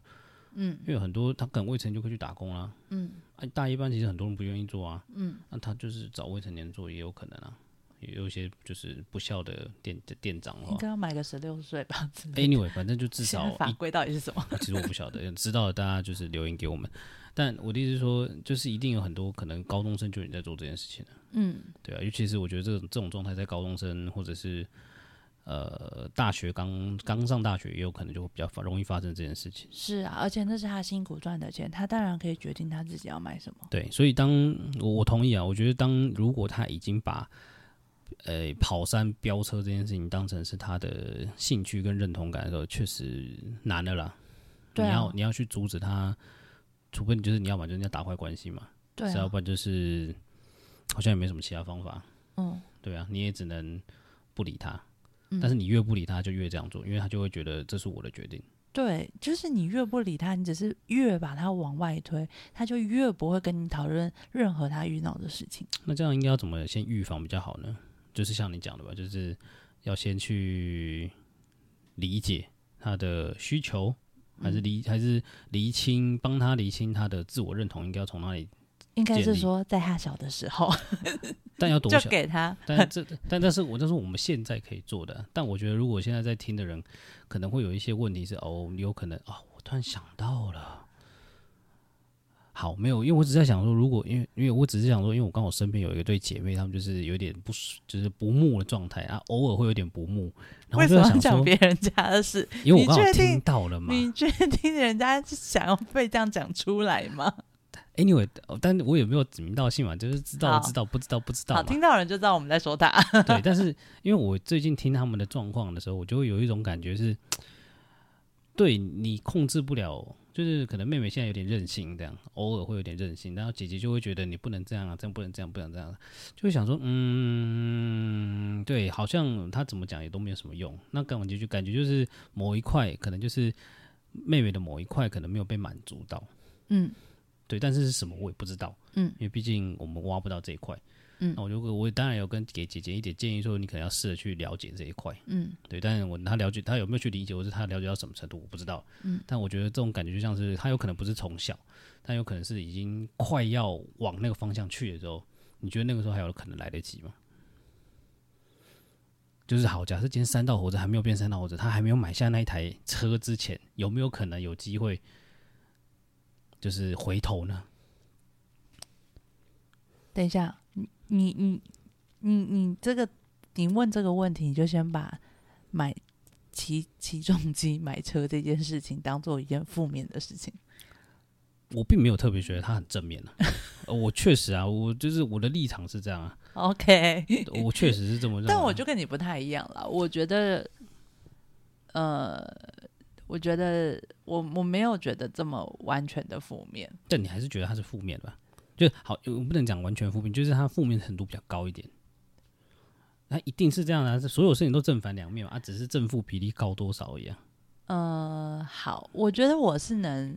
[SPEAKER 2] 嗯
[SPEAKER 1] 因为很多他可能未成年就会去打工啦、
[SPEAKER 2] 嗯
[SPEAKER 1] 啊，大一班其实很多人不愿意做啊，
[SPEAKER 2] 嗯，
[SPEAKER 1] 那他就是找未成年做也有可能啊，也有一些就是不孝的店店长的
[SPEAKER 2] 应
[SPEAKER 1] 话。
[SPEAKER 2] 该要买个十六岁吧。之类的
[SPEAKER 1] Anyway，反正就至
[SPEAKER 2] 现
[SPEAKER 1] 少
[SPEAKER 2] 在法
[SPEAKER 1] 一
[SPEAKER 2] 规到底是什 么？
[SPEAKER 1] 其实我不晓得，知道的大家就是留言给我们。但我的意思是说，就是一定有很多可能高中生就已经在做这件事情了，
[SPEAKER 2] 嗯
[SPEAKER 1] 对啊，尤其是我觉得这种这种状态在高中生或者是呃大学刚刚上大学，也有可能就会比较发容易发生这件事情。
[SPEAKER 2] 是啊，而且那是他辛苦赚的钱，他当然可以决定他自己要买什么。
[SPEAKER 1] 对，所以当我我同意啊，我觉得当如果他已经把呃跑山飙车这件事情当成是他的兴趣跟认同感的时候，确实难了啦。
[SPEAKER 2] 对啊
[SPEAKER 1] 你要你要去阻止他，除非你就是你要么就是你要打坏关系嘛。
[SPEAKER 2] 对
[SPEAKER 1] 是要
[SPEAKER 2] 啊，
[SPEAKER 1] 不然就是好像也没什么其他方法，
[SPEAKER 2] 嗯
[SPEAKER 1] 对啊，你也只能不理他。
[SPEAKER 2] 嗯
[SPEAKER 1] 但是你越不理他，就越这样做，因为他就会觉得这是我的决定。
[SPEAKER 2] 对，就是你越不理他，你只是越把他往外推，他就越不会跟你讨论任何他遇到的事情。
[SPEAKER 1] 那这样应该要怎么先预防比较好呢？就是像你讲的吧，就是要先去理解他的需求，还是理、还是厘清，帮他厘清他的自我认同应该要从哪里，
[SPEAKER 2] 应该
[SPEAKER 1] 建
[SPEAKER 2] 是
[SPEAKER 1] 立
[SPEAKER 2] 说，在他小的时候
[SPEAKER 1] 但要多
[SPEAKER 2] 就
[SPEAKER 1] 小？
[SPEAKER 2] 给他
[SPEAKER 1] 但这但但是我但是我们现在可以做的，但我觉得如果现在在听的人，可能会有一些问题是哦，你有可能啊、我突然想到了。好，没有，因为我只是在想说，如果因为因为我只是想说，因为我刚好身边有一个对姐妹，她们就是有点不就是不睦的状态啊，偶尔会有点不睦，然后
[SPEAKER 2] 为
[SPEAKER 1] 我就在
[SPEAKER 2] 什么要
[SPEAKER 1] 想
[SPEAKER 2] 讲
[SPEAKER 1] 说，
[SPEAKER 2] 别人家的事？
[SPEAKER 1] 因为我
[SPEAKER 2] 你
[SPEAKER 1] 刚好
[SPEAKER 2] 确定
[SPEAKER 1] 听到了嘛，
[SPEAKER 2] 你确定人家是想要被这样讲出来 吗？
[SPEAKER 1] anyway，哦但我也没有指名道姓嘛，就是知道
[SPEAKER 2] 好
[SPEAKER 1] 知道不知道不知道
[SPEAKER 2] 好，
[SPEAKER 1] 嘛，
[SPEAKER 2] 听到人就知道我们在说他。
[SPEAKER 1] 对，但是因为我最近听他们的状况的时候，我就会有一种感觉是，对你控制不了，就是可能妹妹现在有点任性，这样偶尔会有点任性，然后姐姐就会觉得你不能这样啊，这样不能这样，不能这样，就会想说，嗯，对，好像她怎么讲也都没有什么用。那感觉就感觉就是某一块，可能就是妹妹的某一块可能没有被满足到，
[SPEAKER 2] 嗯
[SPEAKER 1] 对，但是是什么我也不知道，
[SPEAKER 2] 嗯
[SPEAKER 1] 因为毕竟我们挖不到这一块，
[SPEAKER 2] 嗯
[SPEAKER 1] 那我就哦我当然有跟给姐姐一点建议，说你可能要试着去了解这一块，
[SPEAKER 2] 嗯
[SPEAKER 1] 对，但是我她了解她有没有去理解，或是她了解到什么程度，我不知道，嗯，但我觉得这种感觉就像是她有可能不是从小，但有可能是已经快要往那个方向去的时候，你觉得那个时候还有可能来得及吗？就是好，假设今天三道猴子还没有变三道猴子，他还没有买下那一台车之前，有没有可能有机会，就是回头呢？
[SPEAKER 2] 等一下，你你你你你这个，你问这个问题，你就先把买骑骑重机、买车这件事情当做一件负面的事情。
[SPEAKER 1] 我并没有特别觉得他很正面啊，呃我确实啊，我就是我的立场是这样啊，
[SPEAKER 2] OK，
[SPEAKER 1] 我确实是这么认为啊。
[SPEAKER 2] 但我就跟你不太一样了。我觉得，呃，我觉得我我没有觉得这么完全的负面。
[SPEAKER 1] 但你还是觉得他是负面的吧？就好，我不能讲完全负面，就是他负面程度比较高一点。那一定是这样的、啊，所有事情都正反两面嘛，啊，只是正负比例高多少而已啊。
[SPEAKER 2] 呃，好，我觉得我是能，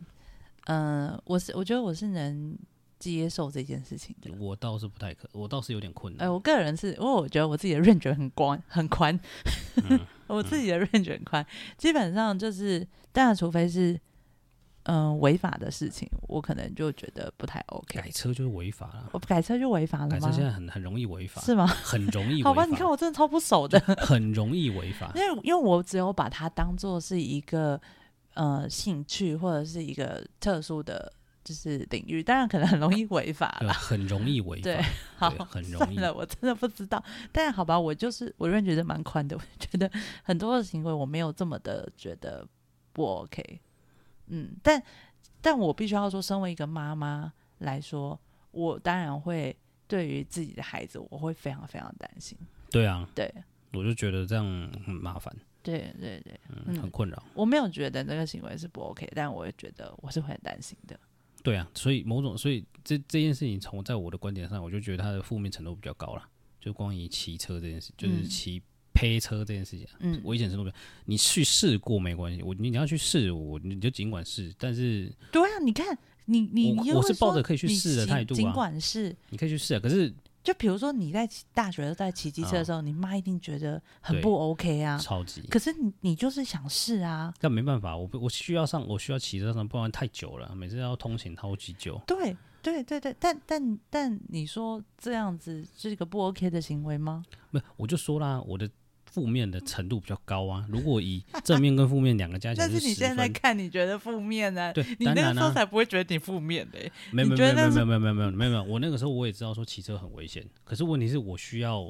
[SPEAKER 2] 呃，我是我觉得我是能接受这件事情的。
[SPEAKER 1] 我倒是不太可，我倒是有点困难。
[SPEAKER 2] 啊哎，我个人是因为我觉得我自己的 range 很宽，很宽，
[SPEAKER 1] 嗯
[SPEAKER 2] 我自己的 range 很宽，基本上就是，当然除非是嗯、呃违法的事情，我可能就觉得不太 OK
[SPEAKER 1] 改。车就是违法了，
[SPEAKER 2] 我改车就违法了
[SPEAKER 1] 改
[SPEAKER 2] 吗
[SPEAKER 1] 车？现在很很容易违法，
[SPEAKER 2] 是吗？
[SPEAKER 1] 很容易违法。
[SPEAKER 2] 好吧，你看我真的超不熟的，
[SPEAKER 1] 很容易违法
[SPEAKER 2] 因。为因为我只有把它当做是一个呃兴趣或者是一个特殊的就是领域，当然可能很容易违法
[SPEAKER 1] 对，
[SPEAKER 2] 啦。
[SPEAKER 1] 很容易违
[SPEAKER 2] 对
[SPEAKER 1] 法，
[SPEAKER 2] 好，
[SPEAKER 1] 对很容
[SPEAKER 2] 算
[SPEAKER 1] 易
[SPEAKER 2] 了，我真的不知道。但好吧，我就是我认觉得蛮宽的， 我觉得很多的行为我没有这么的觉得不 OK。嗯，但但我必须要说，身为一个妈妈来说，我当然会对于自己的孩子，我会非常非常担心。
[SPEAKER 1] 对啊，
[SPEAKER 2] 对
[SPEAKER 1] 我就觉得这样很麻烦，
[SPEAKER 2] 对对对，
[SPEAKER 1] 很困扰。
[SPEAKER 2] 我没有觉得这个行为是不 OK，但我也觉得我是会很担心的。
[SPEAKER 1] 对啊，所以某种，所以这这件事情从在我的观点上，我就觉得它的负面程度比较高了。就关于骑车这件事，就是
[SPEAKER 2] 嗯
[SPEAKER 1] 骑胚车这件事情啊，
[SPEAKER 2] 嗯
[SPEAKER 1] 危险程度比较。你去试过没关系，我你你要去试，我你就尽管试，但是
[SPEAKER 2] 对啊，你看你你
[SPEAKER 1] 我
[SPEAKER 2] 你又
[SPEAKER 1] 我
[SPEAKER 2] 会
[SPEAKER 1] 是抱
[SPEAKER 2] 说
[SPEAKER 1] 着可以去
[SPEAKER 2] 你
[SPEAKER 1] 试的
[SPEAKER 2] 尽
[SPEAKER 1] 态度啊
[SPEAKER 2] 尽管是
[SPEAKER 1] 你可以去试啊。可是
[SPEAKER 2] 就比如说你在骑大学在骑机车的时候，你妈一定觉得很不 OK 啊。
[SPEAKER 1] 嗯超级。
[SPEAKER 2] 可是你你就是想试啊，
[SPEAKER 1] 但没办法，我不我需要上，我需要骑车上，不然太久了，每次要通勤超级久。
[SPEAKER 2] 对对对对，但但但你说这样子是一个不 OK 的行为吗？
[SPEAKER 1] 没有，我就说啦，我的负面的程度比较高啊。如果以正面跟负面两个加起来
[SPEAKER 2] 但是你
[SPEAKER 1] 十
[SPEAKER 2] 现在
[SPEAKER 1] 分，
[SPEAKER 2] 看，你觉得负面呢、
[SPEAKER 1] 对，
[SPEAKER 2] 你
[SPEAKER 1] 当
[SPEAKER 2] 那个
[SPEAKER 1] 然啊
[SPEAKER 2] 时
[SPEAKER 1] 啦、
[SPEAKER 2] 候才不会觉得你负面的、欸
[SPEAKER 1] 没有
[SPEAKER 2] 你
[SPEAKER 1] 没
[SPEAKER 2] 觉
[SPEAKER 1] 有
[SPEAKER 2] 得
[SPEAKER 1] 没有
[SPEAKER 2] 那
[SPEAKER 1] 没有没有没有没有没有没有，我那个时候我也知道说骑车很危险，可是问题是我需要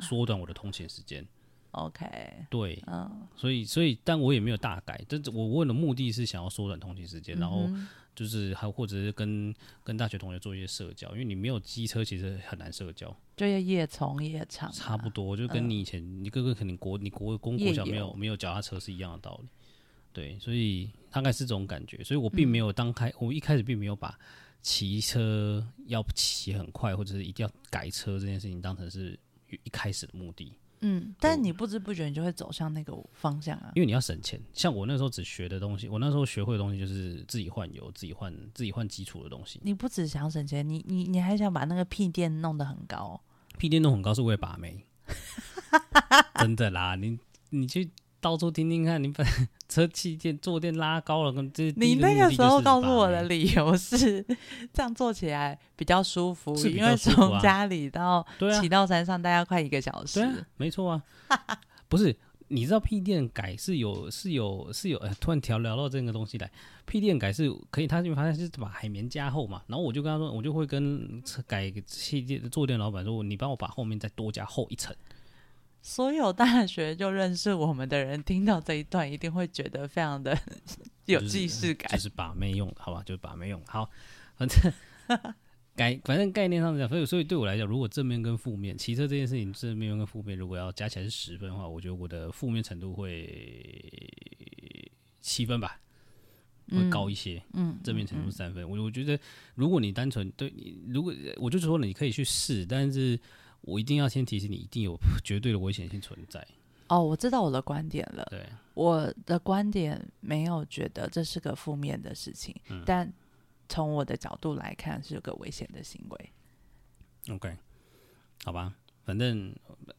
[SPEAKER 1] 缩短我的通勤时间。
[SPEAKER 2] OK，
[SPEAKER 1] 对，
[SPEAKER 2] 嗯，
[SPEAKER 1] 所以所以但我也没有大改，但是我问的目的是想要缩短通勤时
[SPEAKER 2] 嗯
[SPEAKER 1] 间，然后就是还或者是跟跟大学同学做一些社交，因为你没有机车其实很难社交。
[SPEAKER 2] 就要夜从夜长、啊
[SPEAKER 1] 差不。多，就跟你以前、你哥哥肯定国你国公
[SPEAKER 2] 嗯夜
[SPEAKER 1] 国小没有
[SPEAKER 2] 游
[SPEAKER 1] 没有脚踏车是一样的道理，对，所以大概是这种感觉，所以我
[SPEAKER 2] 嗯
[SPEAKER 1] 并没有当开、我一开始并没有把骑车要骑很快或者是一定要改车这件事情当成是一开始的目的，
[SPEAKER 2] 嗯，但你不知不觉你就会走向那个方向啊。
[SPEAKER 1] 因为你要省钱。像我那时候只学的东西，我那时候学会的东西就是自己换油、自己换自己换基础的东西。
[SPEAKER 2] 你不只想省钱，你你你还想把那个屁垫弄得很高。
[SPEAKER 1] 屁电动很高是为了把 妹，真的啦，你你去到处听听看，你把车气垫坐垫拉高了，跟这
[SPEAKER 2] 你
[SPEAKER 1] 第一目
[SPEAKER 2] 那
[SPEAKER 1] 的
[SPEAKER 2] 个
[SPEAKER 1] 就是
[SPEAKER 2] 时候告诉
[SPEAKER 1] 把妹欸
[SPEAKER 2] 我的理由是，这样做起来比较舒服，
[SPEAKER 1] 是比
[SPEAKER 2] 因
[SPEAKER 1] 较
[SPEAKER 2] 为
[SPEAKER 1] 舒服啊
[SPEAKER 2] 从家里到
[SPEAKER 1] 对啊
[SPEAKER 2] 骑到山上大概快一个小时。
[SPEAKER 1] 对啊，没错 啊，不是。你知道屁垫改是有是有是有，呃，突然调聊到这个东西来，屁垫改是可以，他就发现是把海绵加厚嘛，然后我就跟他说，我就会跟车改气垫坐垫老板说，你帮我把后面再多加厚一层，
[SPEAKER 2] 所有大学就认识我们的人，听到这一段一定会觉得非常的 有
[SPEAKER 1] 就是
[SPEAKER 2] 既视感。
[SPEAKER 1] 就是把妹用，好吧，就是把妹用。好，反 正概反正概念上是这样，所以所以对我来讲，如果正面跟负面，骑车这件事情正面跟负面，如果要加起来是十分的话，我觉得我的负面程度会七分吧，会高一些。
[SPEAKER 2] 嗯，
[SPEAKER 1] 正面程度三分，我我觉得如果你单纯对，你如果我就说了，你可以去试，但是我一定要先提醒你，一定有绝对的危险性存在。
[SPEAKER 2] 哦，我知道我的观点了。
[SPEAKER 1] 对，
[SPEAKER 2] 我的观点没有觉得这是个负面的事情，
[SPEAKER 1] 嗯
[SPEAKER 2] 但从我的角度来看是个危险的行为。
[SPEAKER 1] OK，好吧，反正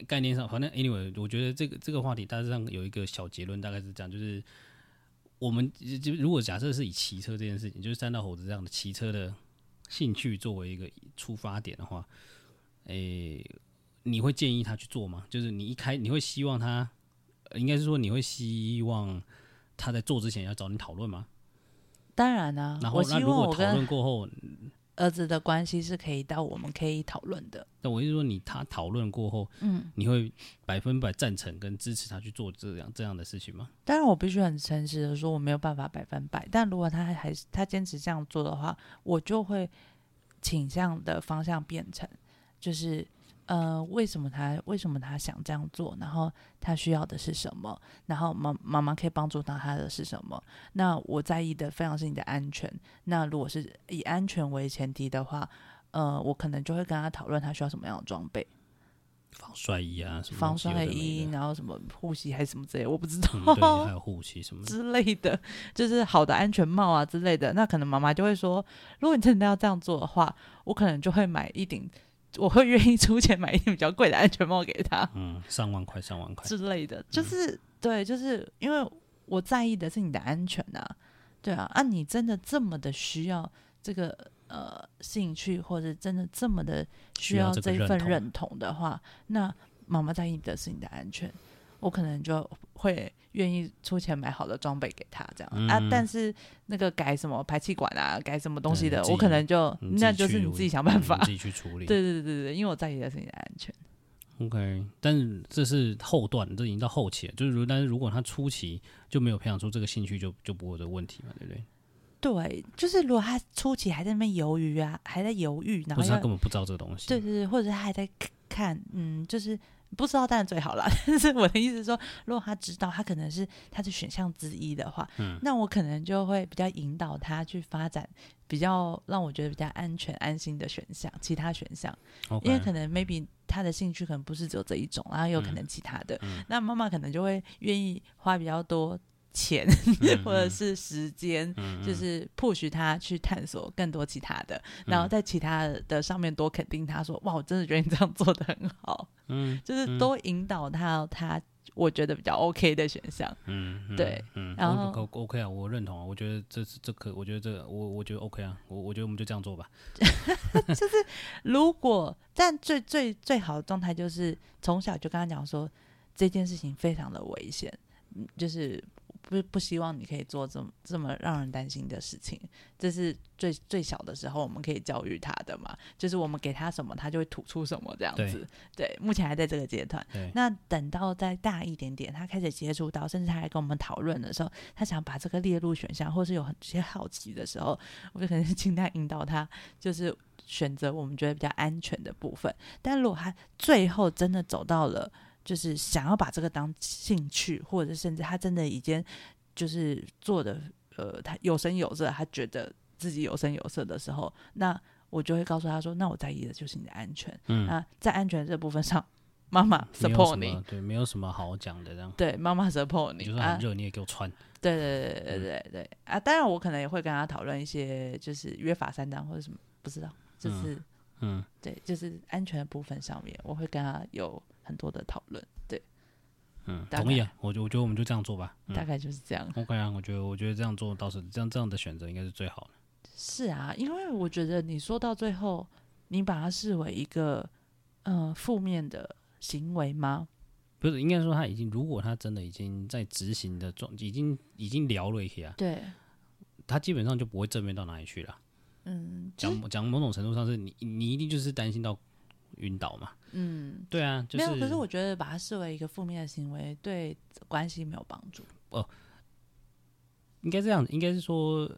[SPEAKER 1] 概念上，反正 anyway，我觉得这个这个话题大致上有一个小结论，大概是这样，就是我们就就如果假设是以骑车这件事情，就是三道猴子这样的骑车的兴趣作为一个出发点的话，诶、你会建议他去做吗？就是你一开，你会希望他，呃应该是说你会希望他在做之前要找你讨论吗？
[SPEAKER 2] 当然呢、
[SPEAKER 1] 然后，
[SPEAKER 2] 啊我
[SPEAKER 1] 那
[SPEAKER 2] 希
[SPEAKER 1] 如
[SPEAKER 2] 望
[SPEAKER 1] 果
[SPEAKER 2] 我
[SPEAKER 1] 讨论
[SPEAKER 2] 跟
[SPEAKER 1] 过后，
[SPEAKER 2] 儿子的关系是可以到我们可以讨论的。
[SPEAKER 1] 那我意思说，你他讨论过后，嗯，你会百分百赞成跟支持他去做这样这样的事情吗？
[SPEAKER 2] 当然，我必须很诚实的说，我没有办法百分百。但如果他还还是他坚持这样做的话，我就会倾向的方向变成，就是呃，为什么他为什么他想这样做？然后他需要的是什么？然后妈妈妈可以帮助到他的是什么？那我在意的非常是你的安全。那如果是以安全为前提的话，呃，我可能就会跟他讨论他需要什么样的装备，
[SPEAKER 1] 防摔衣啊，什么
[SPEAKER 2] 防
[SPEAKER 1] 东西有
[SPEAKER 2] 摔
[SPEAKER 1] 的没
[SPEAKER 2] 衣，
[SPEAKER 1] 的
[SPEAKER 2] 然后什么护膝还是什么之类的，我不知道。
[SPEAKER 1] 嗯，对，还有护膝什么的。
[SPEAKER 2] 之类的，就是好的安全帽啊之类的。那可能妈妈就会说，如果你真的要这样做的话，我可能就会买一顶，我会愿意出钱买一顶比较贵的安全帽给他
[SPEAKER 1] 嗯，上万块，上万块，
[SPEAKER 2] 之类的。
[SPEAKER 1] 嗯
[SPEAKER 2] 就是、对，就是因为我在意的是你的安全啊，对啊，啊，你真的这么的需要这个呃兴趣，或者真的这么的需
[SPEAKER 1] 需要
[SPEAKER 2] 要
[SPEAKER 1] 这个
[SPEAKER 2] 这一
[SPEAKER 1] 认
[SPEAKER 2] 份
[SPEAKER 1] 同
[SPEAKER 2] 认同的话，那妈妈在意的是你的安全，我可能就会愿意出钱买好的装备给他这样、啊
[SPEAKER 1] 嗯。
[SPEAKER 2] 但是那个改什么排气管啊，改什么东西
[SPEAKER 1] 对
[SPEAKER 2] 的，
[SPEAKER 1] 自
[SPEAKER 2] 我
[SPEAKER 1] 己
[SPEAKER 2] 可能就
[SPEAKER 1] 你
[SPEAKER 2] 那
[SPEAKER 1] 己
[SPEAKER 2] 就是
[SPEAKER 1] 去
[SPEAKER 2] 你自己想
[SPEAKER 1] 嗯
[SPEAKER 2] 办
[SPEAKER 1] 你
[SPEAKER 2] 法。
[SPEAKER 1] 自己去处理。
[SPEAKER 2] 对对对对对，因为我在意的是你的安全。
[SPEAKER 1] ，OK。但是这是后段，这已经到后期了，就是如但是如果他初期就没有培养出这个兴趣就，就不会有这个问题嘛，对不对？
[SPEAKER 2] 对，就是如果他初期还在那边犹豫啊，还在犹豫，然
[SPEAKER 1] 或
[SPEAKER 2] 后
[SPEAKER 1] 者他
[SPEAKER 2] 要
[SPEAKER 1] 根本不知道这个东西。
[SPEAKER 2] 对对对，或者是他还在看看，嗯，就是不知道当然最好啦。 但是我的意思是说，如果他知道他可能是他的选项之一的话，
[SPEAKER 1] 嗯
[SPEAKER 2] 那我可能就会比较引导他去发展比较让我觉得比较安全安心的选项，其他选项，
[SPEAKER 1] ，OK，
[SPEAKER 2] 因为可能 maybe 他的兴趣可能
[SPEAKER 1] 嗯
[SPEAKER 2] 不是只有这一种，然后有可能其他的，那妈妈可能就会愿意花比较多。钱
[SPEAKER 1] 嗯
[SPEAKER 2] 或者是时间，
[SPEAKER 1] 嗯嗯
[SPEAKER 2] 就是 push 他去探索更多其他的，
[SPEAKER 1] 嗯
[SPEAKER 2] 然后在其他的上面多肯定他说，哇，我真的觉得你这样做的很好，
[SPEAKER 1] 嗯
[SPEAKER 2] 就是多引导他他我觉得比较 OK 的选项。
[SPEAKER 1] 嗯，嗯
[SPEAKER 2] 对，
[SPEAKER 1] 嗯，
[SPEAKER 2] 然
[SPEAKER 1] 我
[SPEAKER 2] 后
[SPEAKER 1] O OK 啊，我认同啊，我觉得这是这可，我觉得这个我我觉得 OK 啊，我我觉得我们就这样做吧，
[SPEAKER 2] 如果但最最最好的状态就是从小就跟他讲说这件事情非常的危险，嗯就是不不希望你可以做这么这么让人担心的事情。这是最最小的时候我们可以教育他的嘛， 就是我们给他什么，他就会吐出什么这样子。对，目前还在这个阶段。
[SPEAKER 1] 对，
[SPEAKER 2] 那等到再大一点点，他开始接触到，甚至他来跟我们讨论的时候，他想把这个列入选项，或是有很些好奇的时候，我就可能尽量引导他，就是选择我们觉得比较安全的部分。但如果他最后真的走到了，就是想要把这个当兴趣，或者甚至他真的已经就是做的呃，他有声有色，他觉得自己有声有色的时候，那我就会告诉他说，那我在意的就是你的安全。
[SPEAKER 1] 嗯，
[SPEAKER 2] 那在安全这部分上，妈妈
[SPEAKER 1] 没有
[SPEAKER 2] 呃 support
[SPEAKER 1] 什
[SPEAKER 2] 你
[SPEAKER 1] 么，对，没有什么好讲的，这样，
[SPEAKER 2] 对，妈妈 support
[SPEAKER 1] 你
[SPEAKER 2] 你
[SPEAKER 1] 就算
[SPEAKER 2] 啊
[SPEAKER 1] 很，热你也给我穿，
[SPEAKER 2] 对对对对对对对啊！当然，我可能也会跟他讨论一些，就是约法三章或者什么，不知道，就
[SPEAKER 1] 嗯
[SPEAKER 2] 是、
[SPEAKER 1] 嗯，
[SPEAKER 2] 对，就是安全的部分上面，我会跟他有很多的讨论，
[SPEAKER 1] 嗯，
[SPEAKER 2] 大概
[SPEAKER 1] 同意啊，我觉我觉得我们就这样做吧，嗯
[SPEAKER 2] 大概就是这样。
[SPEAKER 1] ，OK 啊，我觉得我觉得这样做倒是这样这样的选择应该是最好的，
[SPEAKER 2] 是啊，因为我觉得你说到最后，你把它视为一个呃负面的行为吗？
[SPEAKER 1] 不是应该说他已经如果他真的已经在执行的状，已经已经聊了一些啊，
[SPEAKER 2] 对，
[SPEAKER 1] 他基本上就不会正面到哪里去了。
[SPEAKER 2] 嗯，就
[SPEAKER 1] 讲讲某种程度上是你你一定就是担心到晕倒嘛。
[SPEAKER 2] 嗯，
[SPEAKER 1] 对啊，就
[SPEAKER 2] 没
[SPEAKER 1] 是
[SPEAKER 2] 有。可是我觉得把它视为一个负面的行为，对关系没有帮助。
[SPEAKER 1] 应该这样，应该是说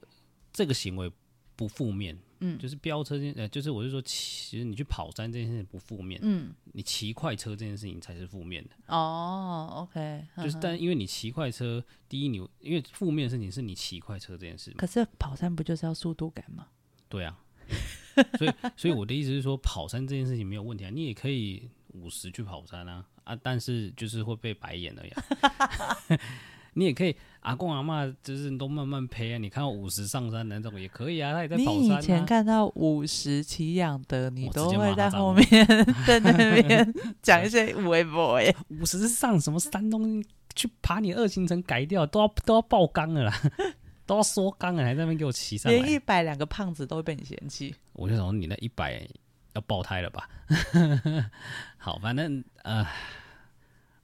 [SPEAKER 1] 这个行为不负面，
[SPEAKER 2] 嗯
[SPEAKER 1] 就是飙车这件，呃，就是我是说骑，其实你去跑山这件事情不负面，
[SPEAKER 2] 嗯，
[SPEAKER 1] 你骑快车这件事情才是负面的。
[SPEAKER 2] 哦，OK，呵
[SPEAKER 1] 就是
[SPEAKER 2] 呵
[SPEAKER 1] 但因为你骑快车，第一你因为负面的事情是你骑快车这件事嘛，
[SPEAKER 2] 可是跑山不就是要速度感吗？
[SPEAKER 1] 对啊。 所以，所以我的意思是说，跑山这件事情没有问题啊，你也可以五十去跑山啊啊，但是就是会被白眼而已啊、 你也可以，阿公阿嬷就是都慢慢陪啊。你看到五十上山的那种也可以啊，他也在
[SPEAKER 2] 你
[SPEAKER 1] 跑
[SPEAKER 2] 以
[SPEAKER 1] 山
[SPEAKER 2] 前
[SPEAKER 1] 啊。
[SPEAKER 2] 看到五十骑养德，你
[SPEAKER 1] 我
[SPEAKER 2] 都
[SPEAKER 1] 直接
[SPEAKER 2] 会
[SPEAKER 1] 骂
[SPEAKER 2] 在
[SPEAKER 1] 他
[SPEAKER 2] 后
[SPEAKER 1] 脏话
[SPEAKER 2] 面 在那边讲 一些微博哎，
[SPEAKER 1] 五十上什么山东西去爬你二行程改掉，都要都要爆缸了啦， 都要缩缸了，还在那边给我骑上
[SPEAKER 2] 连
[SPEAKER 1] 来
[SPEAKER 2] 一。百两个胖子都会被你嫌弃。
[SPEAKER 1] 我就想说你那一百要爆胎了吧？ 好，反正呃，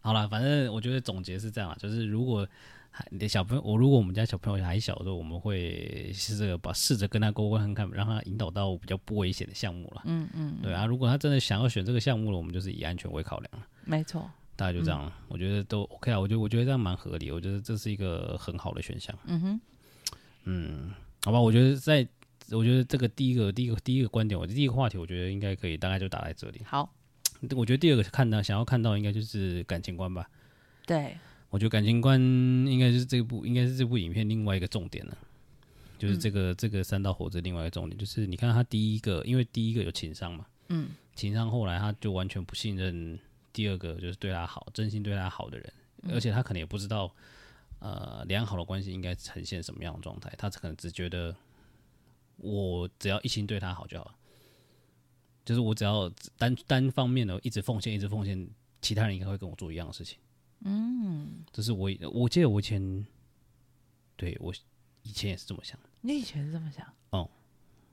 [SPEAKER 1] 好了，反正我觉得总结是这样啊，就是如果还你的小朋友，我如果我们家小朋友还小的时候，我们会试着把试着跟他沟通看看，让他引导到比较不危险的项目了。
[SPEAKER 2] 嗯嗯，
[SPEAKER 1] 对啊，如果他真的想要选这个项目了，我们就是以安全为考量了，
[SPEAKER 2] 没错。
[SPEAKER 1] 大概就这样
[SPEAKER 2] 嗯
[SPEAKER 1] 了。我觉得都 OK 啊，我觉得我觉得这样蛮合理，我觉得这是一个很好的选项。
[SPEAKER 2] 嗯哼，
[SPEAKER 1] 嗯，好吧，我觉得在，我觉得这个第一个第一个第一个观点，我第一个话题，我觉得应该可以大概就打在这里。
[SPEAKER 2] 好，
[SPEAKER 1] 我觉得第二个看到想要看到应该就是感情观吧。
[SPEAKER 2] 对，
[SPEAKER 1] 我觉得感情观应该就是这部应该是这部影片另外一个重点了，就是这个、这个三道猴子另外一个重点就是你看他第一个，因为第一个有情商嘛，
[SPEAKER 2] 嗯，
[SPEAKER 1] 情商后来他就完全不信任第二个就是对他好、真心对他好的人，而且他可能也不知道呃良好的关系应该呈现什么样的状态，他可能只觉得我只要一心对他好就好了。就是我只要单单方面的一直奉献，一直奉献，其他人应该会跟我做一样的事情。嗯，这是我以我记得我以前，对我以前也是这么想的。
[SPEAKER 2] 你以前是这么想？
[SPEAKER 1] 哦，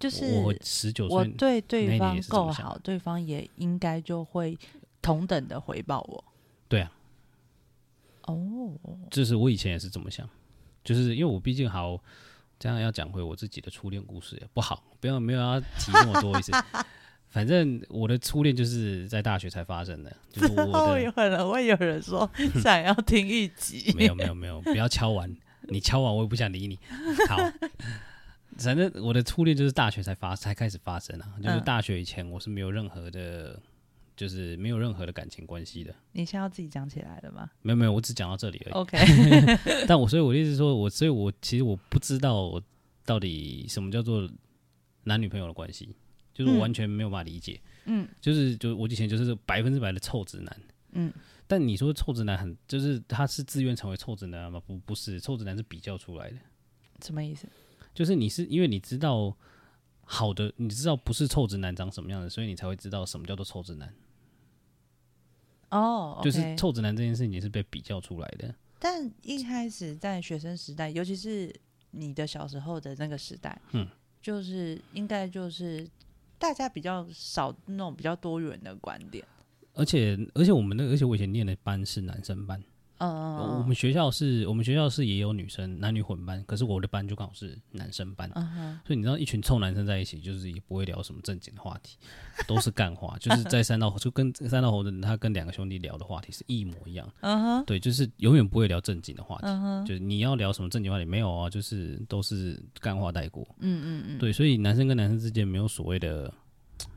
[SPEAKER 2] 就是
[SPEAKER 1] 我十九
[SPEAKER 2] 我
[SPEAKER 1] 岁，那
[SPEAKER 2] 对对
[SPEAKER 1] 一年
[SPEAKER 2] 方
[SPEAKER 1] 也是这么
[SPEAKER 2] 够
[SPEAKER 1] 想
[SPEAKER 2] 好，对方也应该就会同等的回报 我。
[SPEAKER 1] 对啊，
[SPEAKER 2] 哦，
[SPEAKER 1] 就是我以前也是这么想，就是因为我毕竟好，这样要讲回我自己的初恋故事也不好，不要没有要提那么 多意思。反正我的初恋就是在大学才发生的，就是 我的
[SPEAKER 2] 会有人会有 人说想要听一集，
[SPEAKER 1] 没有没有没有，不要敲完，你敲完我也不想理你。好，反正我的初恋就是大学才发才开始发生啊，就是
[SPEAKER 2] 嗯
[SPEAKER 1] 大学以前我是没有任何的，就是没有任何的感情关系的。
[SPEAKER 2] 你现在要自己讲起来了吗
[SPEAKER 1] 没有没有，我只讲到这里而已。
[SPEAKER 2] ？OK，
[SPEAKER 1] 但我所以我的意思是说，我所以我其实我不知道我到底什么叫做男女朋友的关系，就是我完全没有办法理解。嗯，就是就我以前就是百分之百的臭直男。
[SPEAKER 2] 嗯，
[SPEAKER 1] 但你说臭直男很，就是他是自愿成为臭直男吗？不，不是，臭直男是比较出来的，
[SPEAKER 2] 什么意思？
[SPEAKER 1] 就是你是因为你知道好的，你知道不是臭直男长什么样的，所以你才会知道什么叫做臭直男。
[SPEAKER 2] 哦、
[SPEAKER 1] 就是，臭直男这件事情是被比较出来的。
[SPEAKER 2] 但一开始在学生时代，尤其是你的小时候的那个时代，
[SPEAKER 1] 嗯，
[SPEAKER 2] 就是应该就是大家比较少那种比较多元的观点，
[SPEAKER 1] 而且而且我们那个，而且我以前念的班是男生班，
[SPEAKER 2] 嗯
[SPEAKER 1] 我们学校是我们学校是也有女生男女混班，可是我的班就刚好是男生班，
[SPEAKER 2] 嗯哼，
[SPEAKER 1] 所以你知道一群臭男生在一起，就是也不会聊什么正经的话题，都是干话，就是在三道就跟三道猴子他跟两个兄弟聊的话题是一模一样，
[SPEAKER 2] 嗯哼，嗯
[SPEAKER 1] 对，就是永远不会聊正经的话题，就是你要聊什么正经话题没有啊，就是都是干话带过，
[SPEAKER 2] 嗯嗯嗯，
[SPEAKER 1] 对，所以男生跟男生之间没有所谓的，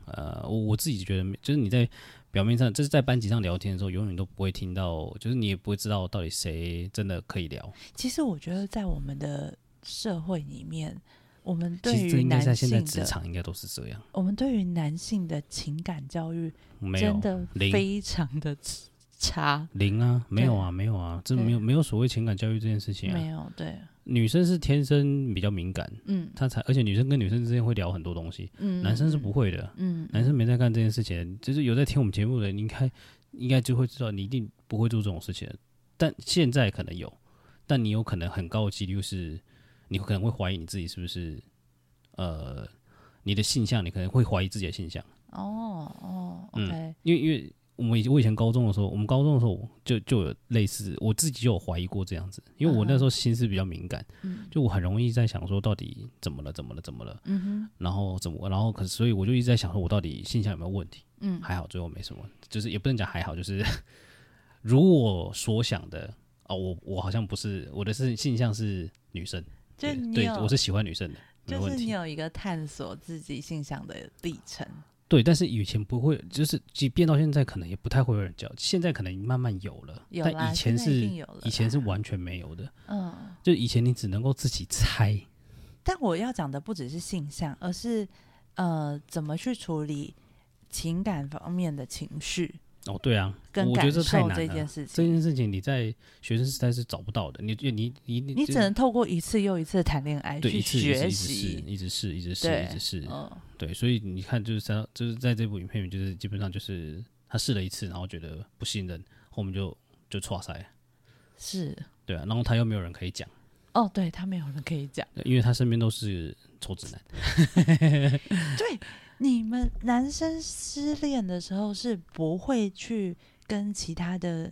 [SPEAKER 1] 呃，我我自己觉得没，就是你在表面上，就是在班级上聊天的时候，永远都不会听到，就是你也不会知道到底谁真的可以聊。
[SPEAKER 2] 其实我觉得在我们的社会里面，我们对
[SPEAKER 1] 其实这
[SPEAKER 2] 于
[SPEAKER 1] 应该
[SPEAKER 2] 男
[SPEAKER 1] 在现在
[SPEAKER 2] 性
[SPEAKER 1] 职
[SPEAKER 2] 的，
[SPEAKER 1] 场应该都是这样，
[SPEAKER 2] 我们对于男性的情感教育
[SPEAKER 1] 没有
[SPEAKER 2] 真的
[SPEAKER 1] 零
[SPEAKER 2] 非常的差，
[SPEAKER 1] 零啊，没有
[SPEAKER 2] 对
[SPEAKER 1] 啊，没有啊，这没有没有所谓情感教育这件事情
[SPEAKER 2] 没
[SPEAKER 1] 啊。
[SPEAKER 2] 有对，
[SPEAKER 1] 女生是天生比较敏感，
[SPEAKER 2] 嗯
[SPEAKER 1] 她才，而且女生跟女生之间会聊很多东西，
[SPEAKER 2] 嗯，
[SPEAKER 1] 男生是不会的。
[SPEAKER 2] 嗯，嗯
[SPEAKER 1] 男生没在干这件事情，就是有在听我们节目的人，你应该应该就会知道，你一定不会做这种事情的。但现在可能有，但你有可能很高的几率是，你可能会怀疑你自己是不是，呃，你的性向，你可能会怀疑自己的性向，
[SPEAKER 2] 哦哦
[SPEAKER 1] 嗯
[SPEAKER 2] ，OK，
[SPEAKER 1] 因为因为我们以我以前高中的时候，我们高中的时候就就有类似，我自己就有怀疑过这样子，因为我那时候心思比较敏感，
[SPEAKER 2] 嗯
[SPEAKER 1] 就我很容易在想说到底怎么了，怎么了，怎么了，
[SPEAKER 2] 嗯哼。
[SPEAKER 1] 然后怎么，然后可是所以我就一直在想说，我到底性向有没有问题。
[SPEAKER 2] 嗯
[SPEAKER 1] 还好，最后没什么，就是也不能讲还好，就是 如我所想的哦，我我好像不是我的是性向是女生，
[SPEAKER 2] 就
[SPEAKER 1] 对
[SPEAKER 2] 你
[SPEAKER 1] 对，
[SPEAKER 2] 有
[SPEAKER 1] 我是喜欢女生的，没
[SPEAKER 2] 就
[SPEAKER 1] 问
[SPEAKER 2] 是你
[SPEAKER 1] 题。
[SPEAKER 2] 有一个探索自己性向的历程，
[SPEAKER 1] 对，但是以前不会，就是即便到现在，可能也不太会有人教，现在可能慢慢有了，
[SPEAKER 2] 有啦
[SPEAKER 1] 但以前
[SPEAKER 2] 现在一
[SPEAKER 1] 是
[SPEAKER 2] 定有了
[SPEAKER 1] 以前
[SPEAKER 2] 啦
[SPEAKER 1] 是完全没有的，
[SPEAKER 2] 嗯。
[SPEAKER 1] 就以前你只能够自己猜，
[SPEAKER 2] 但我要讲的不只是性向，而是呃，怎么去处理情感方面的情绪
[SPEAKER 1] 哦，对啊，
[SPEAKER 2] 跟
[SPEAKER 1] 我觉
[SPEAKER 2] 感
[SPEAKER 1] 得这太
[SPEAKER 2] 受
[SPEAKER 1] 难
[SPEAKER 2] 这件
[SPEAKER 1] 了。
[SPEAKER 2] 事
[SPEAKER 1] 这
[SPEAKER 2] 情，
[SPEAKER 1] 件事情你在学生时代是找不到的，你你你你
[SPEAKER 2] 你只能透过一次又一次的谈恋爱
[SPEAKER 1] 对
[SPEAKER 2] 去
[SPEAKER 1] 一次一次一
[SPEAKER 2] 学
[SPEAKER 1] 直试，
[SPEAKER 2] 习。
[SPEAKER 1] 一直试，一直试，
[SPEAKER 2] 对
[SPEAKER 1] 一直试，
[SPEAKER 2] 嗯，
[SPEAKER 1] 对，所以你看，就是在就是在这部影片里面，就是基本上就是他试了一次，然后觉得不信任，后面就就错塞，
[SPEAKER 2] 是
[SPEAKER 1] 对啊，然后他又没有人可以讲，
[SPEAKER 2] 哦，对他没有人可以讲。
[SPEAKER 1] 因为他身边都是臭直男，
[SPEAKER 2] 对，你们男生失恋的时候是不会去跟其他的，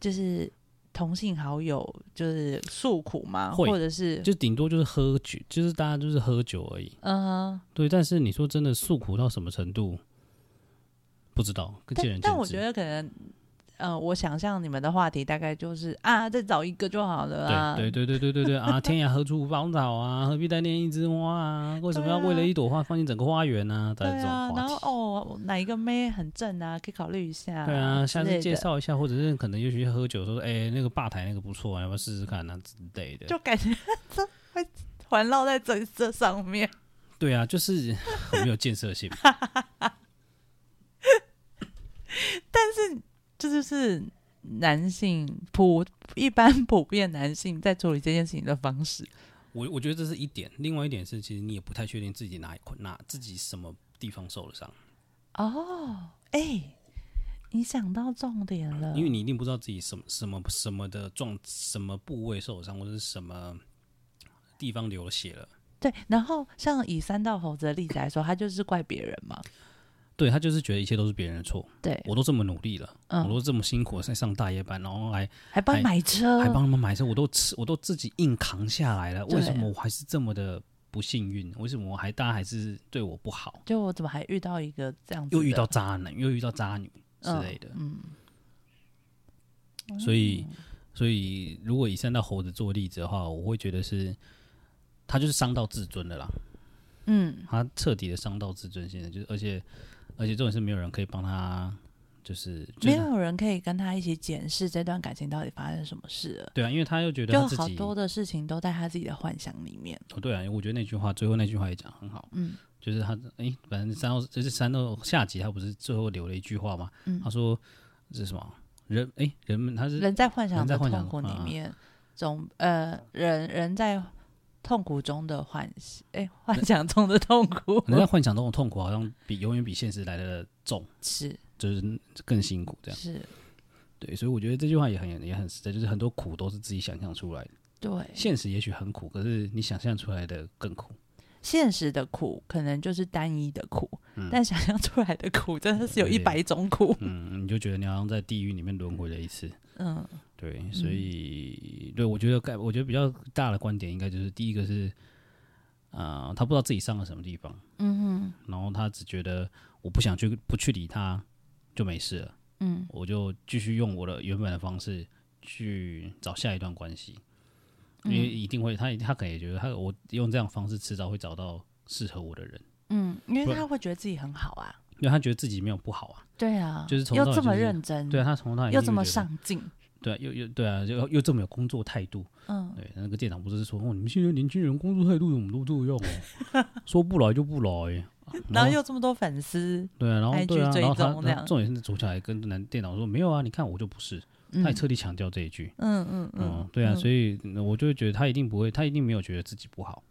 [SPEAKER 2] 就是同性好友就是诉苦吗？
[SPEAKER 1] 会
[SPEAKER 2] 或者是
[SPEAKER 1] 就顶多就是喝酒，就是大家就是喝酒而已，
[SPEAKER 2] 嗯、哼
[SPEAKER 1] 对。但是你说真的诉苦到什么程度，不知道，跟见
[SPEAKER 2] 但
[SPEAKER 1] 仁见智。
[SPEAKER 2] 但我觉得可能。呃，我想象你们的话题大概就是啊，再找一个就好了啊。
[SPEAKER 1] 对对对对对对对啊！天涯何处无芳草啊，何必单恋一枝花啊？为什么要为了一朵花放弃整个花园呢、啊？大
[SPEAKER 2] 对
[SPEAKER 1] 概这
[SPEAKER 2] 啊
[SPEAKER 1] 种，话
[SPEAKER 2] 然
[SPEAKER 1] 题
[SPEAKER 2] 后。哦，哪一个妹很正啊，可以考虑一下。
[SPEAKER 1] 对啊，下
[SPEAKER 2] 之类
[SPEAKER 1] 次
[SPEAKER 2] 的
[SPEAKER 1] 介绍一下，或者是可能也许去喝酒说，哎、那个吧台那个不错啊，要不要试试看啊之类的。
[SPEAKER 2] 就感觉 这会环绕在这这上面。
[SPEAKER 1] 对啊，就是很没有建设性。
[SPEAKER 2] 这就是男性普一般普遍男性在处理这件事情的方式。
[SPEAKER 1] 我我觉得这是一点，另外一点是，其实你也不太确定自己哪一块哪自己什么地方受了伤，
[SPEAKER 2] 哦，哎、你想到重点了，
[SPEAKER 1] 因为你一定不知道自己什么什么什么的状什么部位受伤，或者是什么地方流血了。
[SPEAKER 2] 对。然后像以三道猴子的例子来说，他就是怪别人嘛，
[SPEAKER 1] 对他就是觉得一切都是别人的错，
[SPEAKER 2] 对，啊
[SPEAKER 1] 我都这么努力了，我
[SPEAKER 2] 嗯，
[SPEAKER 1] 都这么辛苦了在上大夜班，然后还
[SPEAKER 2] 还帮
[SPEAKER 1] 还
[SPEAKER 2] 你买车
[SPEAKER 1] 哎还，帮他们买车，我都吃，我都自己硬扛下来了。
[SPEAKER 2] 对
[SPEAKER 1] 为什么我还是这么的不幸运？为什么我还大家还是对我不好？
[SPEAKER 2] 就我怎么还遇到一个这样子的，
[SPEAKER 1] 又遇到渣男，又遇到渣女之类的。
[SPEAKER 2] 嗯，
[SPEAKER 1] 所以，所以如果以三道猴子做例子的话，我会觉得是，他就是伤到自尊了啦。
[SPEAKER 2] 嗯嗯，
[SPEAKER 1] 他彻底的伤到自尊心了，就是而且而且这种是没有人可以帮他，就是就
[SPEAKER 2] 没
[SPEAKER 1] 是
[SPEAKER 2] 有人可以跟他一起检视这段感情到底发生什么事了。
[SPEAKER 1] 对啊，因为他又觉得
[SPEAKER 2] 就
[SPEAKER 1] 他自
[SPEAKER 2] 好
[SPEAKER 1] 己
[SPEAKER 2] 多的事情都在他自己的幻想里面，
[SPEAKER 1] 哦，对啊，我觉得那句话最后那句话也讲得很好，
[SPEAKER 2] 嗯，
[SPEAKER 1] 就是他诶，反正三到就是三到下集，他不是最后留了一句话吗？
[SPEAKER 2] 嗯
[SPEAKER 1] 他说这是什么？人哎、人们他是
[SPEAKER 2] 人在幻想
[SPEAKER 1] 人在
[SPEAKER 2] 的
[SPEAKER 1] 幻想
[SPEAKER 2] 痛苦
[SPEAKER 1] 啊
[SPEAKER 2] 里面，总呃，人人在痛苦中的幻喜，哎、幻想中的痛苦
[SPEAKER 1] 人在幻想中的痛苦，好像比永远比现实来的重，
[SPEAKER 2] 是
[SPEAKER 1] 就是更辛苦这样。
[SPEAKER 2] 是，
[SPEAKER 1] 对，所以我觉得这句话也很也很实在，就是很多苦都是自己想象出来的。
[SPEAKER 2] 对，
[SPEAKER 1] 现实也许很苦，可是你想象出来的更苦。
[SPEAKER 2] 现实的苦可能就是单一的苦，
[SPEAKER 1] 嗯
[SPEAKER 2] 但想象出来的苦真的是有
[SPEAKER 1] 有
[SPEAKER 2] 一
[SPEAKER 1] 点
[SPEAKER 2] 百种苦。
[SPEAKER 1] 嗯，你就觉得你好像在地狱里面轮回了一次。
[SPEAKER 2] 嗯，
[SPEAKER 1] 对，所以、对我觉得概，我觉得比较大的观点应该就是第一个是，啊、他不知道自己伤了什么地方，嗯哼，然后他只觉得我不想去不去理他就没事了，嗯，我就继续用我的原本的方式去找下一段关系，因
[SPEAKER 2] 嗯
[SPEAKER 1] 为一定会他他可能也觉得他我用这样的方式迟早会找到适合我的人，
[SPEAKER 2] 嗯，因为
[SPEAKER 1] 不
[SPEAKER 2] 他会觉得自己很好啊，
[SPEAKER 1] 因为他觉得自己没有不好啊，
[SPEAKER 2] 对啊，
[SPEAKER 1] 就是从
[SPEAKER 2] 又
[SPEAKER 1] 头到
[SPEAKER 2] 这
[SPEAKER 1] 尾
[SPEAKER 2] 么
[SPEAKER 1] 就是
[SPEAKER 2] 认真，
[SPEAKER 1] 对啊，他从他
[SPEAKER 2] 又这么上进，
[SPEAKER 1] 对啊，又又对啊，又又这么有工作态度。
[SPEAKER 2] 嗯，
[SPEAKER 1] 对，那个店长不是说，哦，你们现在年轻人工作态度怎么都这样哦， 说不来就不来。
[SPEAKER 2] 然后又这么多粉丝，
[SPEAKER 1] 对啊，然后
[SPEAKER 2] IG
[SPEAKER 1] 对啊，
[SPEAKER 2] 追
[SPEAKER 1] 然后他
[SPEAKER 2] 踪这
[SPEAKER 1] 然后
[SPEAKER 2] 样
[SPEAKER 1] 重点是主角还跟男店长说，没有啊，你看我就不是，他也
[SPEAKER 2] 嗯
[SPEAKER 1] 彻底强调这一句。
[SPEAKER 2] 嗯嗯
[SPEAKER 1] 嗯
[SPEAKER 2] 嗯，，
[SPEAKER 1] 对啊，所以我就会觉得他一定不会，他一定没有觉得自己不好，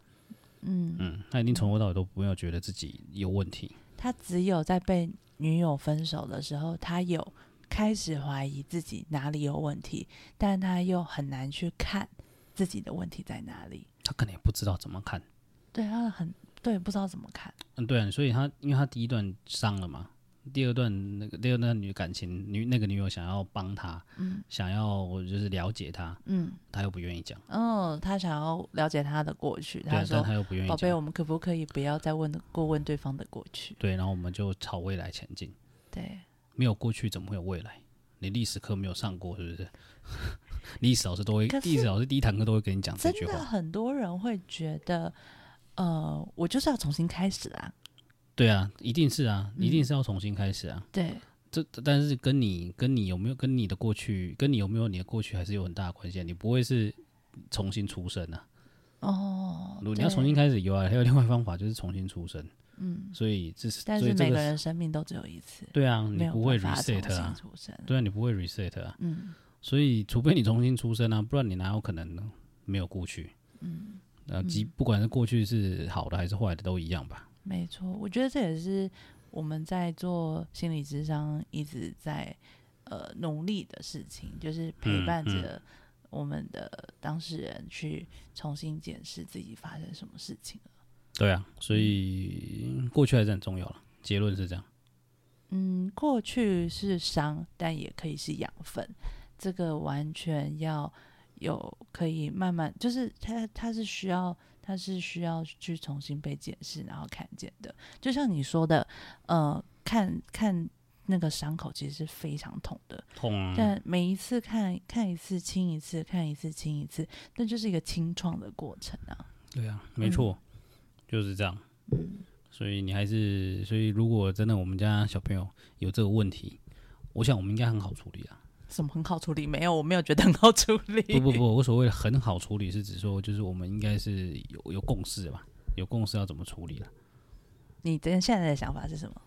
[SPEAKER 2] 嗯，
[SPEAKER 1] 嗯，他一定从头到尾都没有觉得自己有问题。
[SPEAKER 2] 他只有在被女友分手的时候，他有开始怀疑自己哪里有问题，但他又很难去看自己的问题在哪里。
[SPEAKER 1] 他可能也不知道怎么看，
[SPEAKER 2] 对他很对，不知道怎么看。
[SPEAKER 1] 嗯，对啊，所以他因为他第一段伤了嘛，第二段那个第二段女感情女那个女友想要帮他，
[SPEAKER 2] 嗯
[SPEAKER 1] 想要就是了解他，
[SPEAKER 2] 嗯，
[SPEAKER 1] 他又不愿意讲，
[SPEAKER 2] 哦，他想要了解他的过去，
[SPEAKER 1] 对啊，
[SPEAKER 2] 他
[SPEAKER 1] 但
[SPEAKER 2] 说
[SPEAKER 1] 他又不愿：“意
[SPEAKER 2] 宝贝，
[SPEAKER 1] 讲。
[SPEAKER 2] 我们可不可以不要再问过问对方的过去
[SPEAKER 1] 对，然后我们就朝未来前进，？”
[SPEAKER 2] 对，
[SPEAKER 1] 没有过去怎么会有未来？你历史课没有上过是不 是？历史老师都会，
[SPEAKER 2] 可是
[SPEAKER 1] 历史老师第一堂课都会跟你讲这
[SPEAKER 2] 真
[SPEAKER 1] 句
[SPEAKER 2] 的
[SPEAKER 1] 话。
[SPEAKER 2] 很多人会觉得，呃，我就是要重新开始啊。
[SPEAKER 1] 对啊，一定是啊，一
[SPEAKER 2] 嗯
[SPEAKER 1] 定是要重新开始啊。
[SPEAKER 2] 对，
[SPEAKER 1] 这但是跟你跟你有没有跟你的过去，跟你有没有你的过去还是有很大的关系啊。你不会是重新出生啊。
[SPEAKER 2] 哦，
[SPEAKER 1] 如果你要重新
[SPEAKER 2] 对，
[SPEAKER 1] 开始，有啊，还有另外方法就是重新出生。
[SPEAKER 2] 嗯，
[SPEAKER 1] 所以这是，
[SPEAKER 2] 但
[SPEAKER 1] 所以
[SPEAKER 2] 是
[SPEAKER 1] 这
[SPEAKER 2] 每个
[SPEAKER 1] 个
[SPEAKER 2] 人生命都只有一次，
[SPEAKER 1] 对啊，你
[SPEAKER 2] 没有
[SPEAKER 1] 不会
[SPEAKER 2] 办法重
[SPEAKER 1] reset
[SPEAKER 2] 新
[SPEAKER 1] 啊，
[SPEAKER 2] 出生。
[SPEAKER 1] 对啊，你不会 reset 啊。
[SPEAKER 2] 嗯，
[SPEAKER 1] 所以，除非你重新出生啊，不然你哪有可能没有过去？嗯，呃，即不管是过去是好的还是坏的，都一样吧。
[SPEAKER 2] 没错，我觉得这也是我们在做心理智商一直在呃努力的事情，就是陪伴
[SPEAKER 1] 嗯嗯
[SPEAKER 2] 着我们的当事人去重新检视自己发生什么事情了。
[SPEAKER 1] 对啊，所以过去还是很重要了。结论是这样，
[SPEAKER 2] 嗯，过去是伤，但也可以是养分，这个完全要有可以慢慢，就是它它是需要。它是需要去重新被检视，然后看见的。就像你说的，呃，看看那个伤口其实是非常痛的，
[SPEAKER 1] 痛啊，
[SPEAKER 2] 但每一次看看一次清一次，看一次清一次，那就是一个清创的过程啊。
[SPEAKER 1] 对啊，没错，就是这样。所以你还是，所以如果真的我们家小朋友有这个问题，我想我们应该很好处理啊。
[SPEAKER 2] 什么很好处理？没有，我没有觉得很好处理。
[SPEAKER 1] 不不，不，我所谓的很好处理是指说，就是我们应该是有有共识吧，有共识要怎么处理了。
[SPEAKER 2] 你真现在的想法是什么？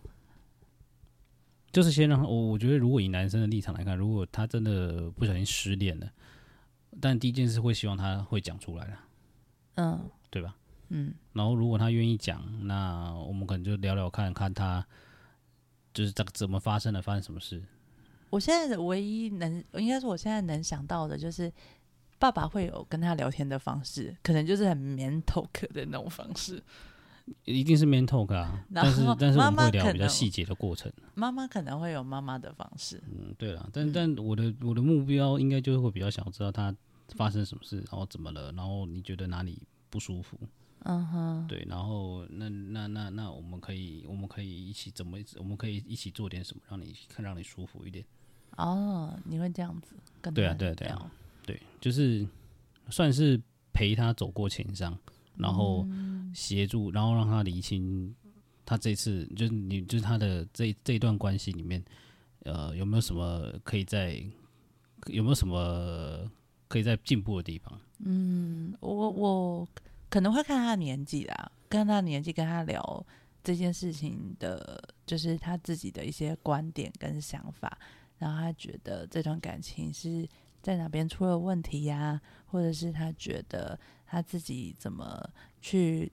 [SPEAKER 1] 就是先让他我，我觉得如果以男生的立场来看，如果他真的不小心失恋了，但第一件事会希望他会讲出来了，
[SPEAKER 2] 嗯
[SPEAKER 1] 对吧？
[SPEAKER 2] 嗯
[SPEAKER 1] 然后如果他愿意讲，那我们可能就聊聊看看他就是怎怎么发生的，发生什么事。
[SPEAKER 2] 我现在的唯一能，应该是我现在能想到的就是。爸爸会有跟他聊天的方式，可能就是很 man talk 的那种方式。
[SPEAKER 1] 一定是 man talk 啊，
[SPEAKER 2] 然
[SPEAKER 1] 但
[SPEAKER 2] 后
[SPEAKER 1] 是但是我
[SPEAKER 2] 妈
[SPEAKER 1] 们
[SPEAKER 2] 妈
[SPEAKER 1] 会聊
[SPEAKER 2] 可
[SPEAKER 1] 比较
[SPEAKER 2] 能
[SPEAKER 1] 细节的过程。
[SPEAKER 2] 妈妈可能会有妈妈的方式，
[SPEAKER 1] 嗯，对了，但但我的我的目标应该就是会比较想知道他发生什么事，然后怎么了，然后你觉得哪里不舒服？
[SPEAKER 2] 嗯哼，
[SPEAKER 1] 对，然后那那那那我们可以我们可以一起怎么我们可以一起做点什么，让你看让你舒服一点。
[SPEAKER 2] 哦，你会这样子跟
[SPEAKER 1] 对啊
[SPEAKER 2] 他
[SPEAKER 1] 对啊对啊
[SPEAKER 2] 聊
[SPEAKER 1] 对，就是算是陪他走过情伤，然后
[SPEAKER 2] 嗯
[SPEAKER 1] 协助，然后让他理清他这次就是你就是他的这这一段关系里面，呃，有没有什么可以在有没有什么可以在进步的地方？
[SPEAKER 2] 我我可能会看他的年纪啦，看他的年纪跟他聊这件事情的，就是他自己的一些观点跟想法，然后他觉得这段感情是在哪边出了问题呀、或者是他觉得他自己怎么去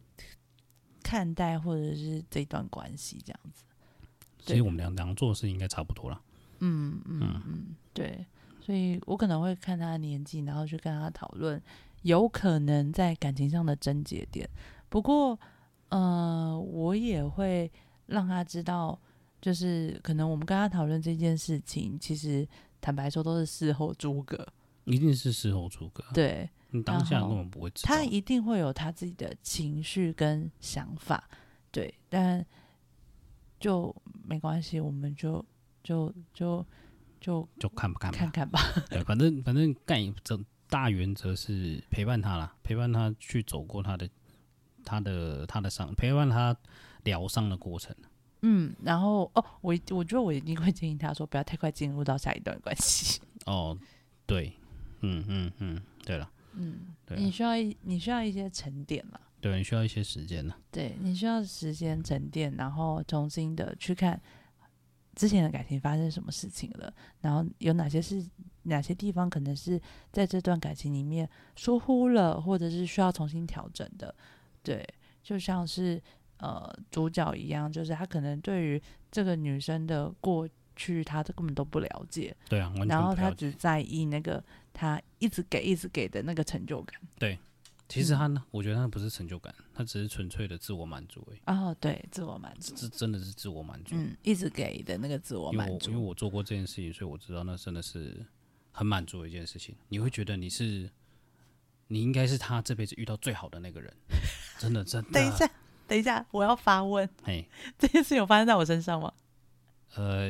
[SPEAKER 2] 看待或者是这段关系这样子。
[SPEAKER 1] 其实我们俩两个做的事情应该差不多啦。
[SPEAKER 2] 嗯嗯嗯，对，所以我可能会看他的年纪，然后去跟他讨论有可能在感情上的症结点。不过，呃，我也会让他知道，就是可能我们跟他讨论这件事情，其实坦白说都是事后诸葛。
[SPEAKER 1] 一定是事后诸葛，
[SPEAKER 2] 对
[SPEAKER 1] 你当下
[SPEAKER 2] 然后
[SPEAKER 1] 根本不会知道。
[SPEAKER 2] 他一定会有他自己的情绪跟想法，对，但就没关系，我们就就就就
[SPEAKER 1] 就看不看吧，
[SPEAKER 2] 看看吧。
[SPEAKER 1] 对，哎反正反正概这大原则是陪伴他啦，陪伴他去走过他的他的他的伤，陪伴他疗伤的过程。
[SPEAKER 2] 嗯，然后哦，我一我觉得我一定会建议他说，不要太快进入到下一段关系。
[SPEAKER 1] 哦，对，嗯嗯嗯，对了，
[SPEAKER 2] 嗯，
[SPEAKER 1] 对
[SPEAKER 2] 你
[SPEAKER 1] 啊
[SPEAKER 2] 需要一你需要一些沉淀嘛？
[SPEAKER 1] 对，你需要一些时间呢。
[SPEAKER 2] 对，你需要时间沉淀，然后重新的去看之前的感情发生什么事情了，然后有哪些是哪些地方可能是在这段感情里面疏忽了，或者是需要重新调整的。对，就像是呃主角一样，就是他可能对于这个女生的过去，他都根本都不了解，
[SPEAKER 1] 对啊，完全
[SPEAKER 2] 然后
[SPEAKER 1] 不
[SPEAKER 2] 他
[SPEAKER 1] 了解
[SPEAKER 2] 只在意那个他一直给一直给的那个成就感。
[SPEAKER 1] 其
[SPEAKER 2] 嗯
[SPEAKER 1] 实他呢，我觉得他不是成就感，他只是纯粹的自我满足而已。
[SPEAKER 2] 哦，对，自我满足
[SPEAKER 1] 这，这真的是自我满足，
[SPEAKER 2] 嗯，一直给的那个自我
[SPEAKER 1] 因
[SPEAKER 2] 满
[SPEAKER 1] 为我
[SPEAKER 2] 足，
[SPEAKER 1] 因为我做过这件事情，所以我知道那真的是很满足的一件事情。你会觉得你是，你应该是他这辈子遇到最好的那个人，真的真的。
[SPEAKER 2] 等一下，等一下，我要发问，
[SPEAKER 1] 嘿，
[SPEAKER 2] 这件事有发生在我身上吗？
[SPEAKER 1] 呃，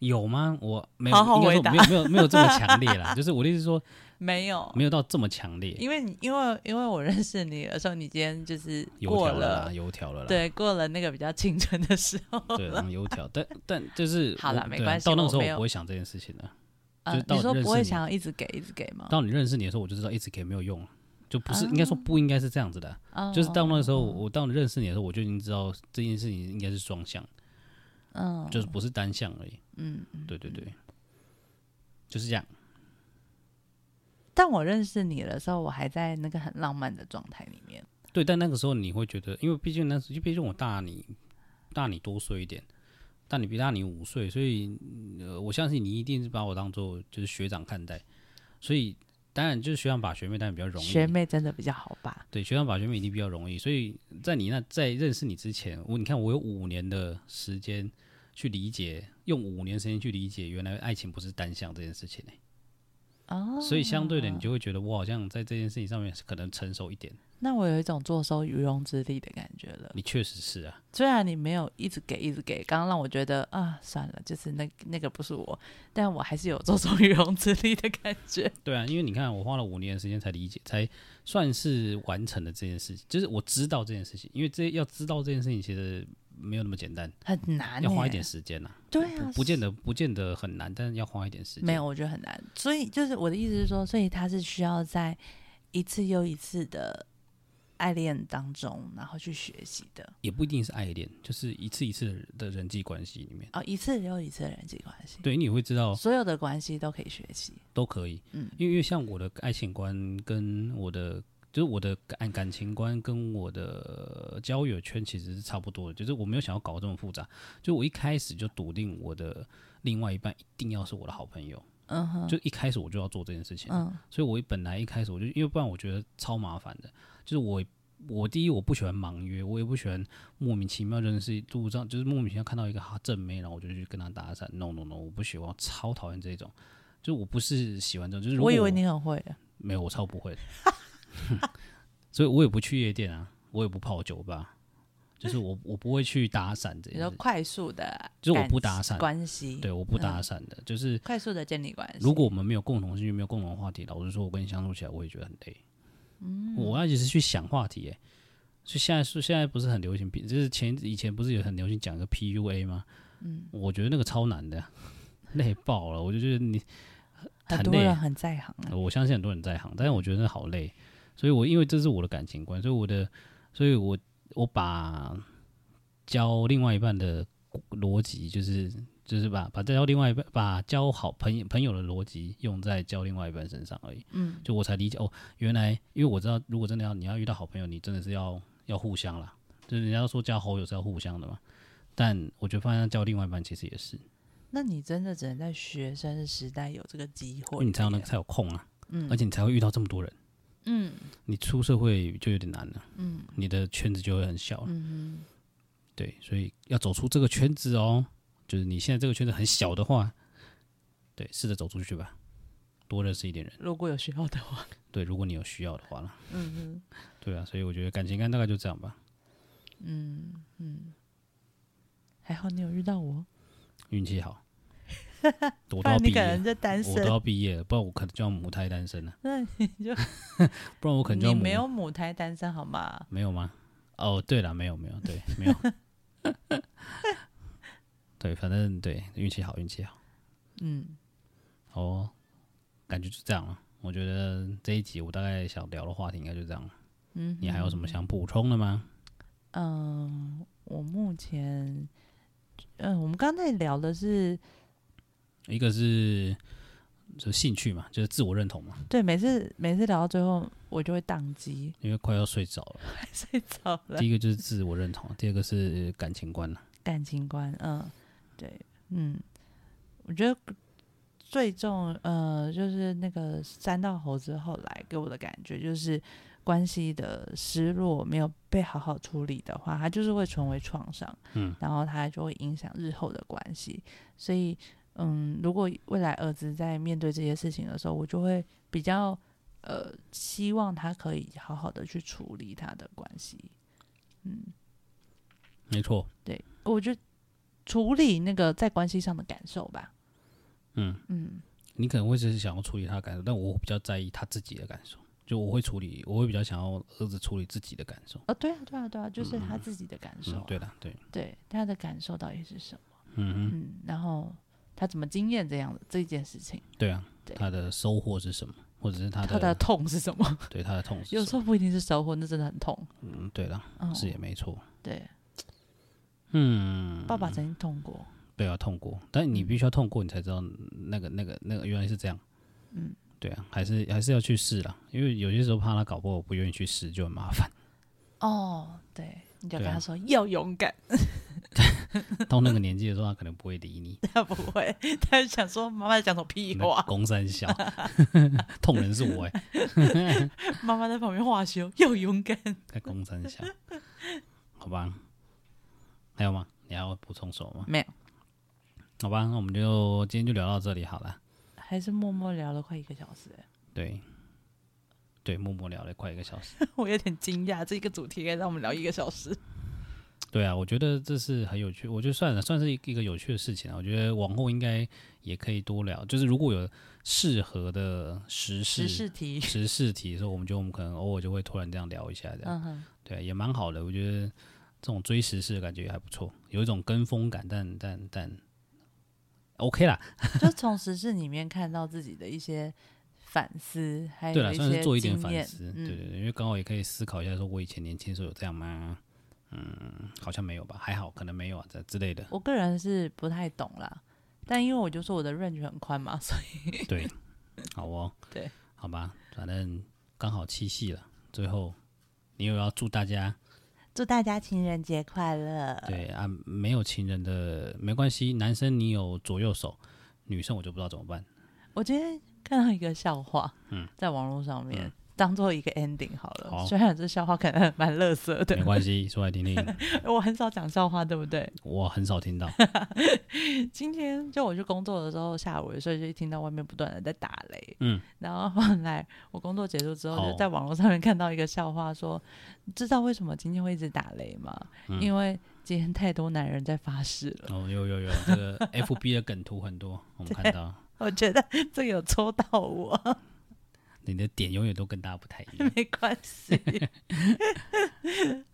[SPEAKER 1] 有吗？我没有，
[SPEAKER 2] 好好
[SPEAKER 1] 应该
[SPEAKER 2] 回
[SPEAKER 1] 说
[SPEAKER 2] 答
[SPEAKER 1] 没有没有没有 这么强烈啦。就是我的意思是说，
[SPEAKER 2] 没有，
[SPEAKER 1] 没有到这么强烈，
[SPEAKER 2] 因为你因为因为我认识你的时候，你今天就是
[SPEAKER 1] 油
[SPEAKER 2] 过
[SPEAKER 1] 条了啦，油条了啦，
[SPEAKER 2] 对，过了那个比较青春的时候
[SPEAKER 1] 对，
[SPEAKER 2] 了
[SPEAKER 1] 然。后油条，但但就是
[SPEAKER 2] 好啦
[SPEAKER 1] 我
[SPEAKER 2] 没
[SPEAKER 1] 对啊
[SPEAKER 2] 关系
[SPEAKER 1] 到那个
[SPEAKER 2] 我
[SPEAKER 1] 时候
[SPEAKER 2] 没
[SPEAKER 1] 我
[SPEAKER 2] 有
[SPEAKER 1] 不会想这件事情的。
[SPEAKER 2] 呃
[SPEAKER 1] 就是到
[SPEAKER 2] 你说
[SPEAKER 1] 认识
[SPEAKER 2] 不会
[SPEAKER 1] 你
[SPEAKER 2] 想要一直给，一直给吗？
[SPEAKER 1] 到你认识你的时候，我就知道一直给没有用，就不是应该说不应该是这样子的。
[SPEAKER 2] 啊哦
[SPEAKER 1] 就是到那个时候，我到认识你的时候，我就已经知道这件事情应该是双向，
[SPEAKER 2] 嗯
[SPEAKER 1] 就是不是单向而已。
[SPEAKER 2] 嗯，
[SPEAKER 1] 对对对，就是这样。
[SPEAKER 2] 但我认识你的时候，我还在那个很浪漫的状态里面。
[SPEAKER 1] 对，但那个时候你会觉得，因为毕竟那时，毕竟我大你大你多岁一点，大你比大你五岁，所以呃，我相信你一定是把我当做就是学长看待，所以当然就是学长把学妹当然比较容易，
[SPEAKER 2] 学妹真的比较好吧？
[SPEAKER 1] 对学长把学妹一定比较容易，所以在你那在认识你之前，我你看我有五年的时间去理解，用五年时间去理解原来爱情不是单向这件事情、欸
[SPEAKER 2] 哦，
[SPEAKER 1] 所以相对的你就会觉得我好像在这件事情上面可能成熟一点，
[SPEAKER 2] 那我有一种坐收渔翁之利的感觉了。
[SPEAKER 1] 你确实是啊。
[SPEAKER 2] 虽然你没有一直给，一直给，刚刚让我觉得啊，算了，就是那那个不是我，但我还是有坐收渔翁之利的感觉。
[SPEAKER 1] 对啊，因为你看，我花了五年的时间才理解，才算是完成了这件事情，就是我知道这件事情，因为这要知道这件事情其实没有那么简单，
[SPEAKER 2] 很难、欸，
[SPEAKER 1] 要花一点时间呐、
[SPEAKER 2] 对啊
[SPEAKER 1] 不，不见得不见得很难，但是要花一点时间。
[SPEAKER 2] 没有，我觉得很难。所以就是我的意思是说，所以他是需要在一次又一次的爱恋当中，然后去学习的。
[SPEAKER 1] 也不一定是爱恋，就是一次一次的的人际关系里面，
[SPEAKER 2] 哦，一次又一次的人际关系，
[SPEAKER 1] 对你也会知道
[SPEAKER 2] 所有的关系都可以学习。
[SPEAKER 1] 都可以，
[SPEAKER 2] 嗯
[SPEAKER 1] 因为因为像我的爱情观跟我的。就是我的感感情观跟我的交友圈其实是差不多的，就是我没有想要搞这么复杂，就我一开始就笃定我的另外一半一定要是我的好朋友，
[SPEAKER 2] 嗯哼，
[SPEAKER 1] 就一开始我就要做这件事情，
[SPEAKER 2] 嗯
[SPEAKER 1] 所以我本来一开始我就因为不然我觉得超麻烦的，就是我我第一我不喜欢盲约，我也不喜欢莫名其妙认识路上就是莫名其妙看到一个哈正妹，然后我就去跟她搭讪，no no no，我不喜欢，我超讨厌这种，就是我不是喜欢这种，就是如
[SPEAKER 2] 我
[SPEAKER 1] 果
[SPEAKER 2] 以为你很会了，
[SPEAKER 1] 没有，我超不会的， 所以我也不去夜店啊，我也不泡酒吧，就是我我不会去搭讪这
[SPEAKER 2] 你说
[SPEAKER 1] 件事，
[SPEAKER 2] 快速的，
[SPEAKER 1] 嗯就是我不搭讪
[SPEAKER 2] 关系，
[SPEAKER 1] 对，我不搭讪的，就是。
[SPEAKER 2] 快速的建立关系。
[SPEAKER 1] 如果我们没有共同兴趣，没有共同话题，老实说，我跟你相处起来，我也觉得很累。
[SPEAKER 2] 嗯
[SPEAKER 1] 我要一直去想话题、欸，所以现在是现在不是很流行，就是前以前不是有很流行讲个 PUA 吗？嗯，我觉得那个超难的， 累爆了。我就觉得你，
[SPEAKER 2] 很
[SPEAKER 1] 很
[SPEAKER 2] 多
[SPEAKER 1] 累
[SPEAKER 2] 人很在行、啊，
[SPEAKER 1] 呃我相信很多人在行，但是我觉得好累，所以我因为这是我的感情观，所以我的，所以我我把交另外一半的逻辑，就是就是把把交另外一半，把交好朋友朋友的逻辑用在交另外一半身上而已。
[SPEAKER 2] 嗯，
[SPEAKER 1] 就我才理解哦，原来因为我知道，如果真的要你要遇到好朋友，你真的是要要互相啦，就是人家说交好友是要互相的嘛。但我觉得发现交另外一半其实也是，
[SPEAKER 2] 那你真的只能在学生时代有这个机
[SPEAKER 1] 因
[SPEAKER 2] 会，
[SPEAKER 1] 为嗯你才有那个，才有空啊，
[SPEAKER 2] 哦嗯，
[SPEAKER 1] 而且你才会遇到这么多人。
[SPEAKER 2] 嗯
[SPEAKER 1] 你出社会就有点难了，
[SPEAKER 2] 嗯
[SPEAKER 1] 你的圈子就会很小了。
[SPEAKER 2] 嗯
[SPEAKER 1] 对，所以要走出这个圈子哦，就是你现在这个圈子很小的话，对，试着走出去吧，多认识一点人
[SPEAKER 2] 哼，。如果有需要的 话，
[SPEAKER 1] 对，如果你有需要的话啦，
[SPEAKER 2] 嗯哼，
[SPEAKER 1] 对啊，所以我觉得感情观大概就这样吧。
[SPEAKER 2] 嗯嗯，还好你有遇到我，
[SPEAKER 1] 运气 好，我
[SPEAKER 2] 不
[SPEAKER 1] 都要
[SPEAKER 2] 然你
[SPEAKER 1] 毕
[SPEAKER 2] 可
[SPEAKER 1] 业
[SPEAKER 2] 能
[SPEAKER 1] 了，
[SPEAKER 2] 就单
[SPEAKER 1] 我都
[SPEAKER 2] 身，
[SPEAKER 1] 要毕业了，不然我可能就要母胎单身了，
[SPEAKER 2] 那你就
[SPEAKER 1] 不然我可能就
[SPEAKER 2] 你
[SPEAKER 1] 要母
[SPEAKER 2] 没有母胎单身好吗？
[SPEAKER 1] 没有吗？哦，对了，没有没有， 对，没有。对，反正对，运气好，运气好。
[SPEAKER 2] 嗯，
[SPEAKER 1] 好哦，感觉就这样了。我觉得这一集我大概想聊的话题应该就这样了。
[SPEAKER 2] 嗯，
[SPEAKER 1] 你还有什么想补充的吗？
[SPEAKER 2] 嗯，我目前，嗯，我们刚才聊的是，
[SPEAKER 1] 一个是就是兴趣嘛，就是自我认同嘛，
[SPEAKER 2] 对，每次每次聊到最后，我就会宕机，
[SPEAKER 1] 因为快要睡着了。
[SPEAKER 2] 睡着了
[SPEAKER 1] 第。一个就是自我认同，第二个是感情观了。
[SPEAKER 2] 感情观，嗯，对，嗯，我觉得最重，呃，就是那个三道猴子后来给我的感觉就是，关系的失落没有被好好处理的话，它就是会成为创伤，
[SPEAKER 1] 嗯，
[SPEAKER 2] 然后它就会影响日后的关系，所以，嗯，如果未来儿子在面对这些事情的时候，我就会比较。呃，希望他可以好好的去处理他的关系，嗯，
[SPEAKER 1] 没错，
[SPEAKER 2] 对，我就处理那个在关系上的感受吧。
[SPEAKER 1] 嗯，
[SPEAKER 2] 嗯
[SPEAKER 1] 你可能会只是想要处理他的感受，但我比较在意他自己的感受。就我会处理，我会比较想要儿子处理自己的感受。
[SPEAKER 2] 哦，对啊，对啊，对啊，就是他自己的感受啊、
[SPEAKER 1] 嗯，对了，对，
[SPEAKER 2] 对他的感受到底是什么？
[SPEAKER 1] 嗯
[SPEAKER 2] 嗯，然后他怎么经验这样的这件事情，
[SPEAKER 1] 哼，对啊，
[SPEAKER 2] 对
[SPEAKER 1] 他的收获是什么，或者是他
[SPEAKER 2] 他
[SPEAKER 1] 的
[SPEAKER 2] 的痛是什么？
[SPEAKER 1] 对他的痛是什么
[SPEAKER 2] 有时候不一定是收获，那真的很痛。
[SPEAKER 1] 嗯，对了，
[SPEAKER 2] 嗯，
[SPEAKER 1] 是也没错。
[SPEAKER 2] 对，
[SPEAKER 1] 嗯，
[SPEAKER 2] 爸爸曾经痛过，
[SPEAKER 1] 对啊，痛过，但你必须要痛过，你才知道那个、那个、那个原来是这样。
[SPEAKER 2] 嗯，
[SPEAKER 1] 对啊，还是还是要去试啦，因为有些时候怕他搞不好不愿意去试就很麻烦。
[SPEAKER 2] 哦，对，你就
[SPEAKER 1] 嗯对
[SPEAKER 2] 跟
[SPEAKER 1] 啊
[SPEAKER 2] 他说、要勇敢，
[SPEAKER 1] 到那个年纪的时候，他可能不会理 你，
[SPEAKER 2] 他不会，他就想说妈妈在讲什么屁
[SPEAKER 1] 那
[SPEAKER 2] 话，
[SPEAKER 1] 公三 小，痛人是我哎、
[SPEAKER 2] 妈妈在旁边话休，要勇敢。
[SPEAKER 1] 在公三小， 好吧？还有吗？你还要补充什么吗？
[SPEAKER 2] 没有，
[SPEAKER 1] 好吧，那我们就今天就聊到这里好了。
[SPEAKER 2] 还是默默聊了快一个小时、欸
[SPEAKER 1] 对，对，默默聊了快一个小 时。
[SPEAKER 2] 我有点惊讶，这一个主题可以让我们聊一个小时。
[SPEAKER 1] 对啊，我觉得这是很有趣，我觉得算了，算是一个有趣的事情啊。我觉得往后应该也可以多聊，就是如果有适合的时事、
[SPEAKER 2] 时事题，
[SPEAKER 1] 时事题的时候，我们就我们可能偶尔就会突然这样聊一下，这样、
[SPEAKER 2] 嗯哼，
[SPEAKER 1] 对啊、也蛮好的。我觉得这种追时事的感觉也还不错，有一种跟风感，但但但 OK 啦。
[SPEAKER 2] 就从时事里面看到自己的一些反思，还
[SPEAKER 1] 对
[SPEAKER 2] 有
[SPEAKER 1] 啦，
[SPEAKER 2] 一
[SPEAKER 1] 算是
[SPEAKER 2] 些
[SPEAKER 1] 做一点
[SPEAKER 2] 经
[SPEAKER 1] 反
[SPEAKER 2] 验
[SPEAKER 1] 思，对
[SPEAKER 2] 嗯，
[SPEAKER 1] 对对，因为刚好也可以思考一下，说我以前年轻的时候有这样吗？嗯，好像没有吧，还好，可能没有啊，这之类的。
[SPEAKER 2] 我个人是不太懂啦，但因为我就说我的 range 很宽嘛， 所以
[SPEAKER 1] 对，好哦，
[SPEAKER 2] 对，
[SPEAKER 1] 好吧，反正刚好七夕了，最后你有要祝大家
[SPEAKER 2] 祝大家情人节快乐。
[SPEAKER 1] 对啊，没有情人的没关系，男生你有左右手，女生我就不知道怎么办。
[SPEAKER 2] 我今天看到一个笑话，
[SPEAKER 1] 嗯
[SPEAKER 2] 在网络上面。
[SPEAKER 1] 嗯
[SPEAKER 2] 当做一个 ending 好了，
[SPEAKER 1] 好
[SPEAKER 2] 虽然这笑话可能蛮乐色
[SPEAKER 1] 没
[SPEAKER 2] 的，
[SPEAKER 1] 关系，说来听听，
[SPEAKER 2] 我很少讲笑话，对不对？
[SPEAKER 1] 我很少 听到。
[SPEAKER 2] 今天就我去工作的时候，下午的时候就听到外面不断的在打雷，
[SPEAKER 1] 嗯，
[SPEAKER 2] 然后后来我工作结束之后，
[SPEAKER 1] 哦
[SPEAKER 2] 就在网络上面看到一个笑话说，你知道为什么今天会一直打雷吗？
[SPEAKER 1] 嗯
[SPEAKER 2] 因为今天太多男人在发誓了。
[SPEAKER 1] 哦，有有有， 这个 FB 的梗图很多，我们看到
[SPEAKER 2] 我觉得这个有戳到我，
[SPEAKER 1] 你的点永远都跟大家不太一 样，
[SPEAKER 2] 没关系。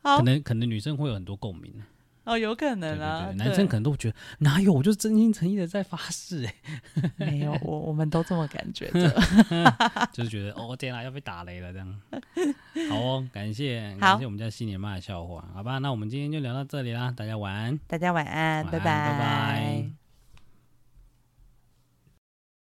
[SPEAKER 2] 好
[SPEAKER 1] 可能可能女生会有很多共鸣。啊
[SPEAKER 2] 哦，有可
[SPEAKER 1] 对
[SPEAKER 2] 能啊
[SPEAKER 1] 对对，，男生可能都觉得哪有，我就是真心诚意的在发誓、 欸，
[SPEAKER 2] 能没有，我我们都这么感觉着。
[SPEAKER 1] 就是觉得哦天啊，要被打雷了这样。好哦，感谢
[SPEAKER 2] 好
[SPEAKER 1] 感谢我们家新年妈的笑话，好吧，那我们今天就聊到这里啦，大家晚安。
[SPEAKER 2] 大家晚安，
[SPEAKER 1] 晚安
[SPEAKER 2] 拜
[SPEAKER 1] 拜拜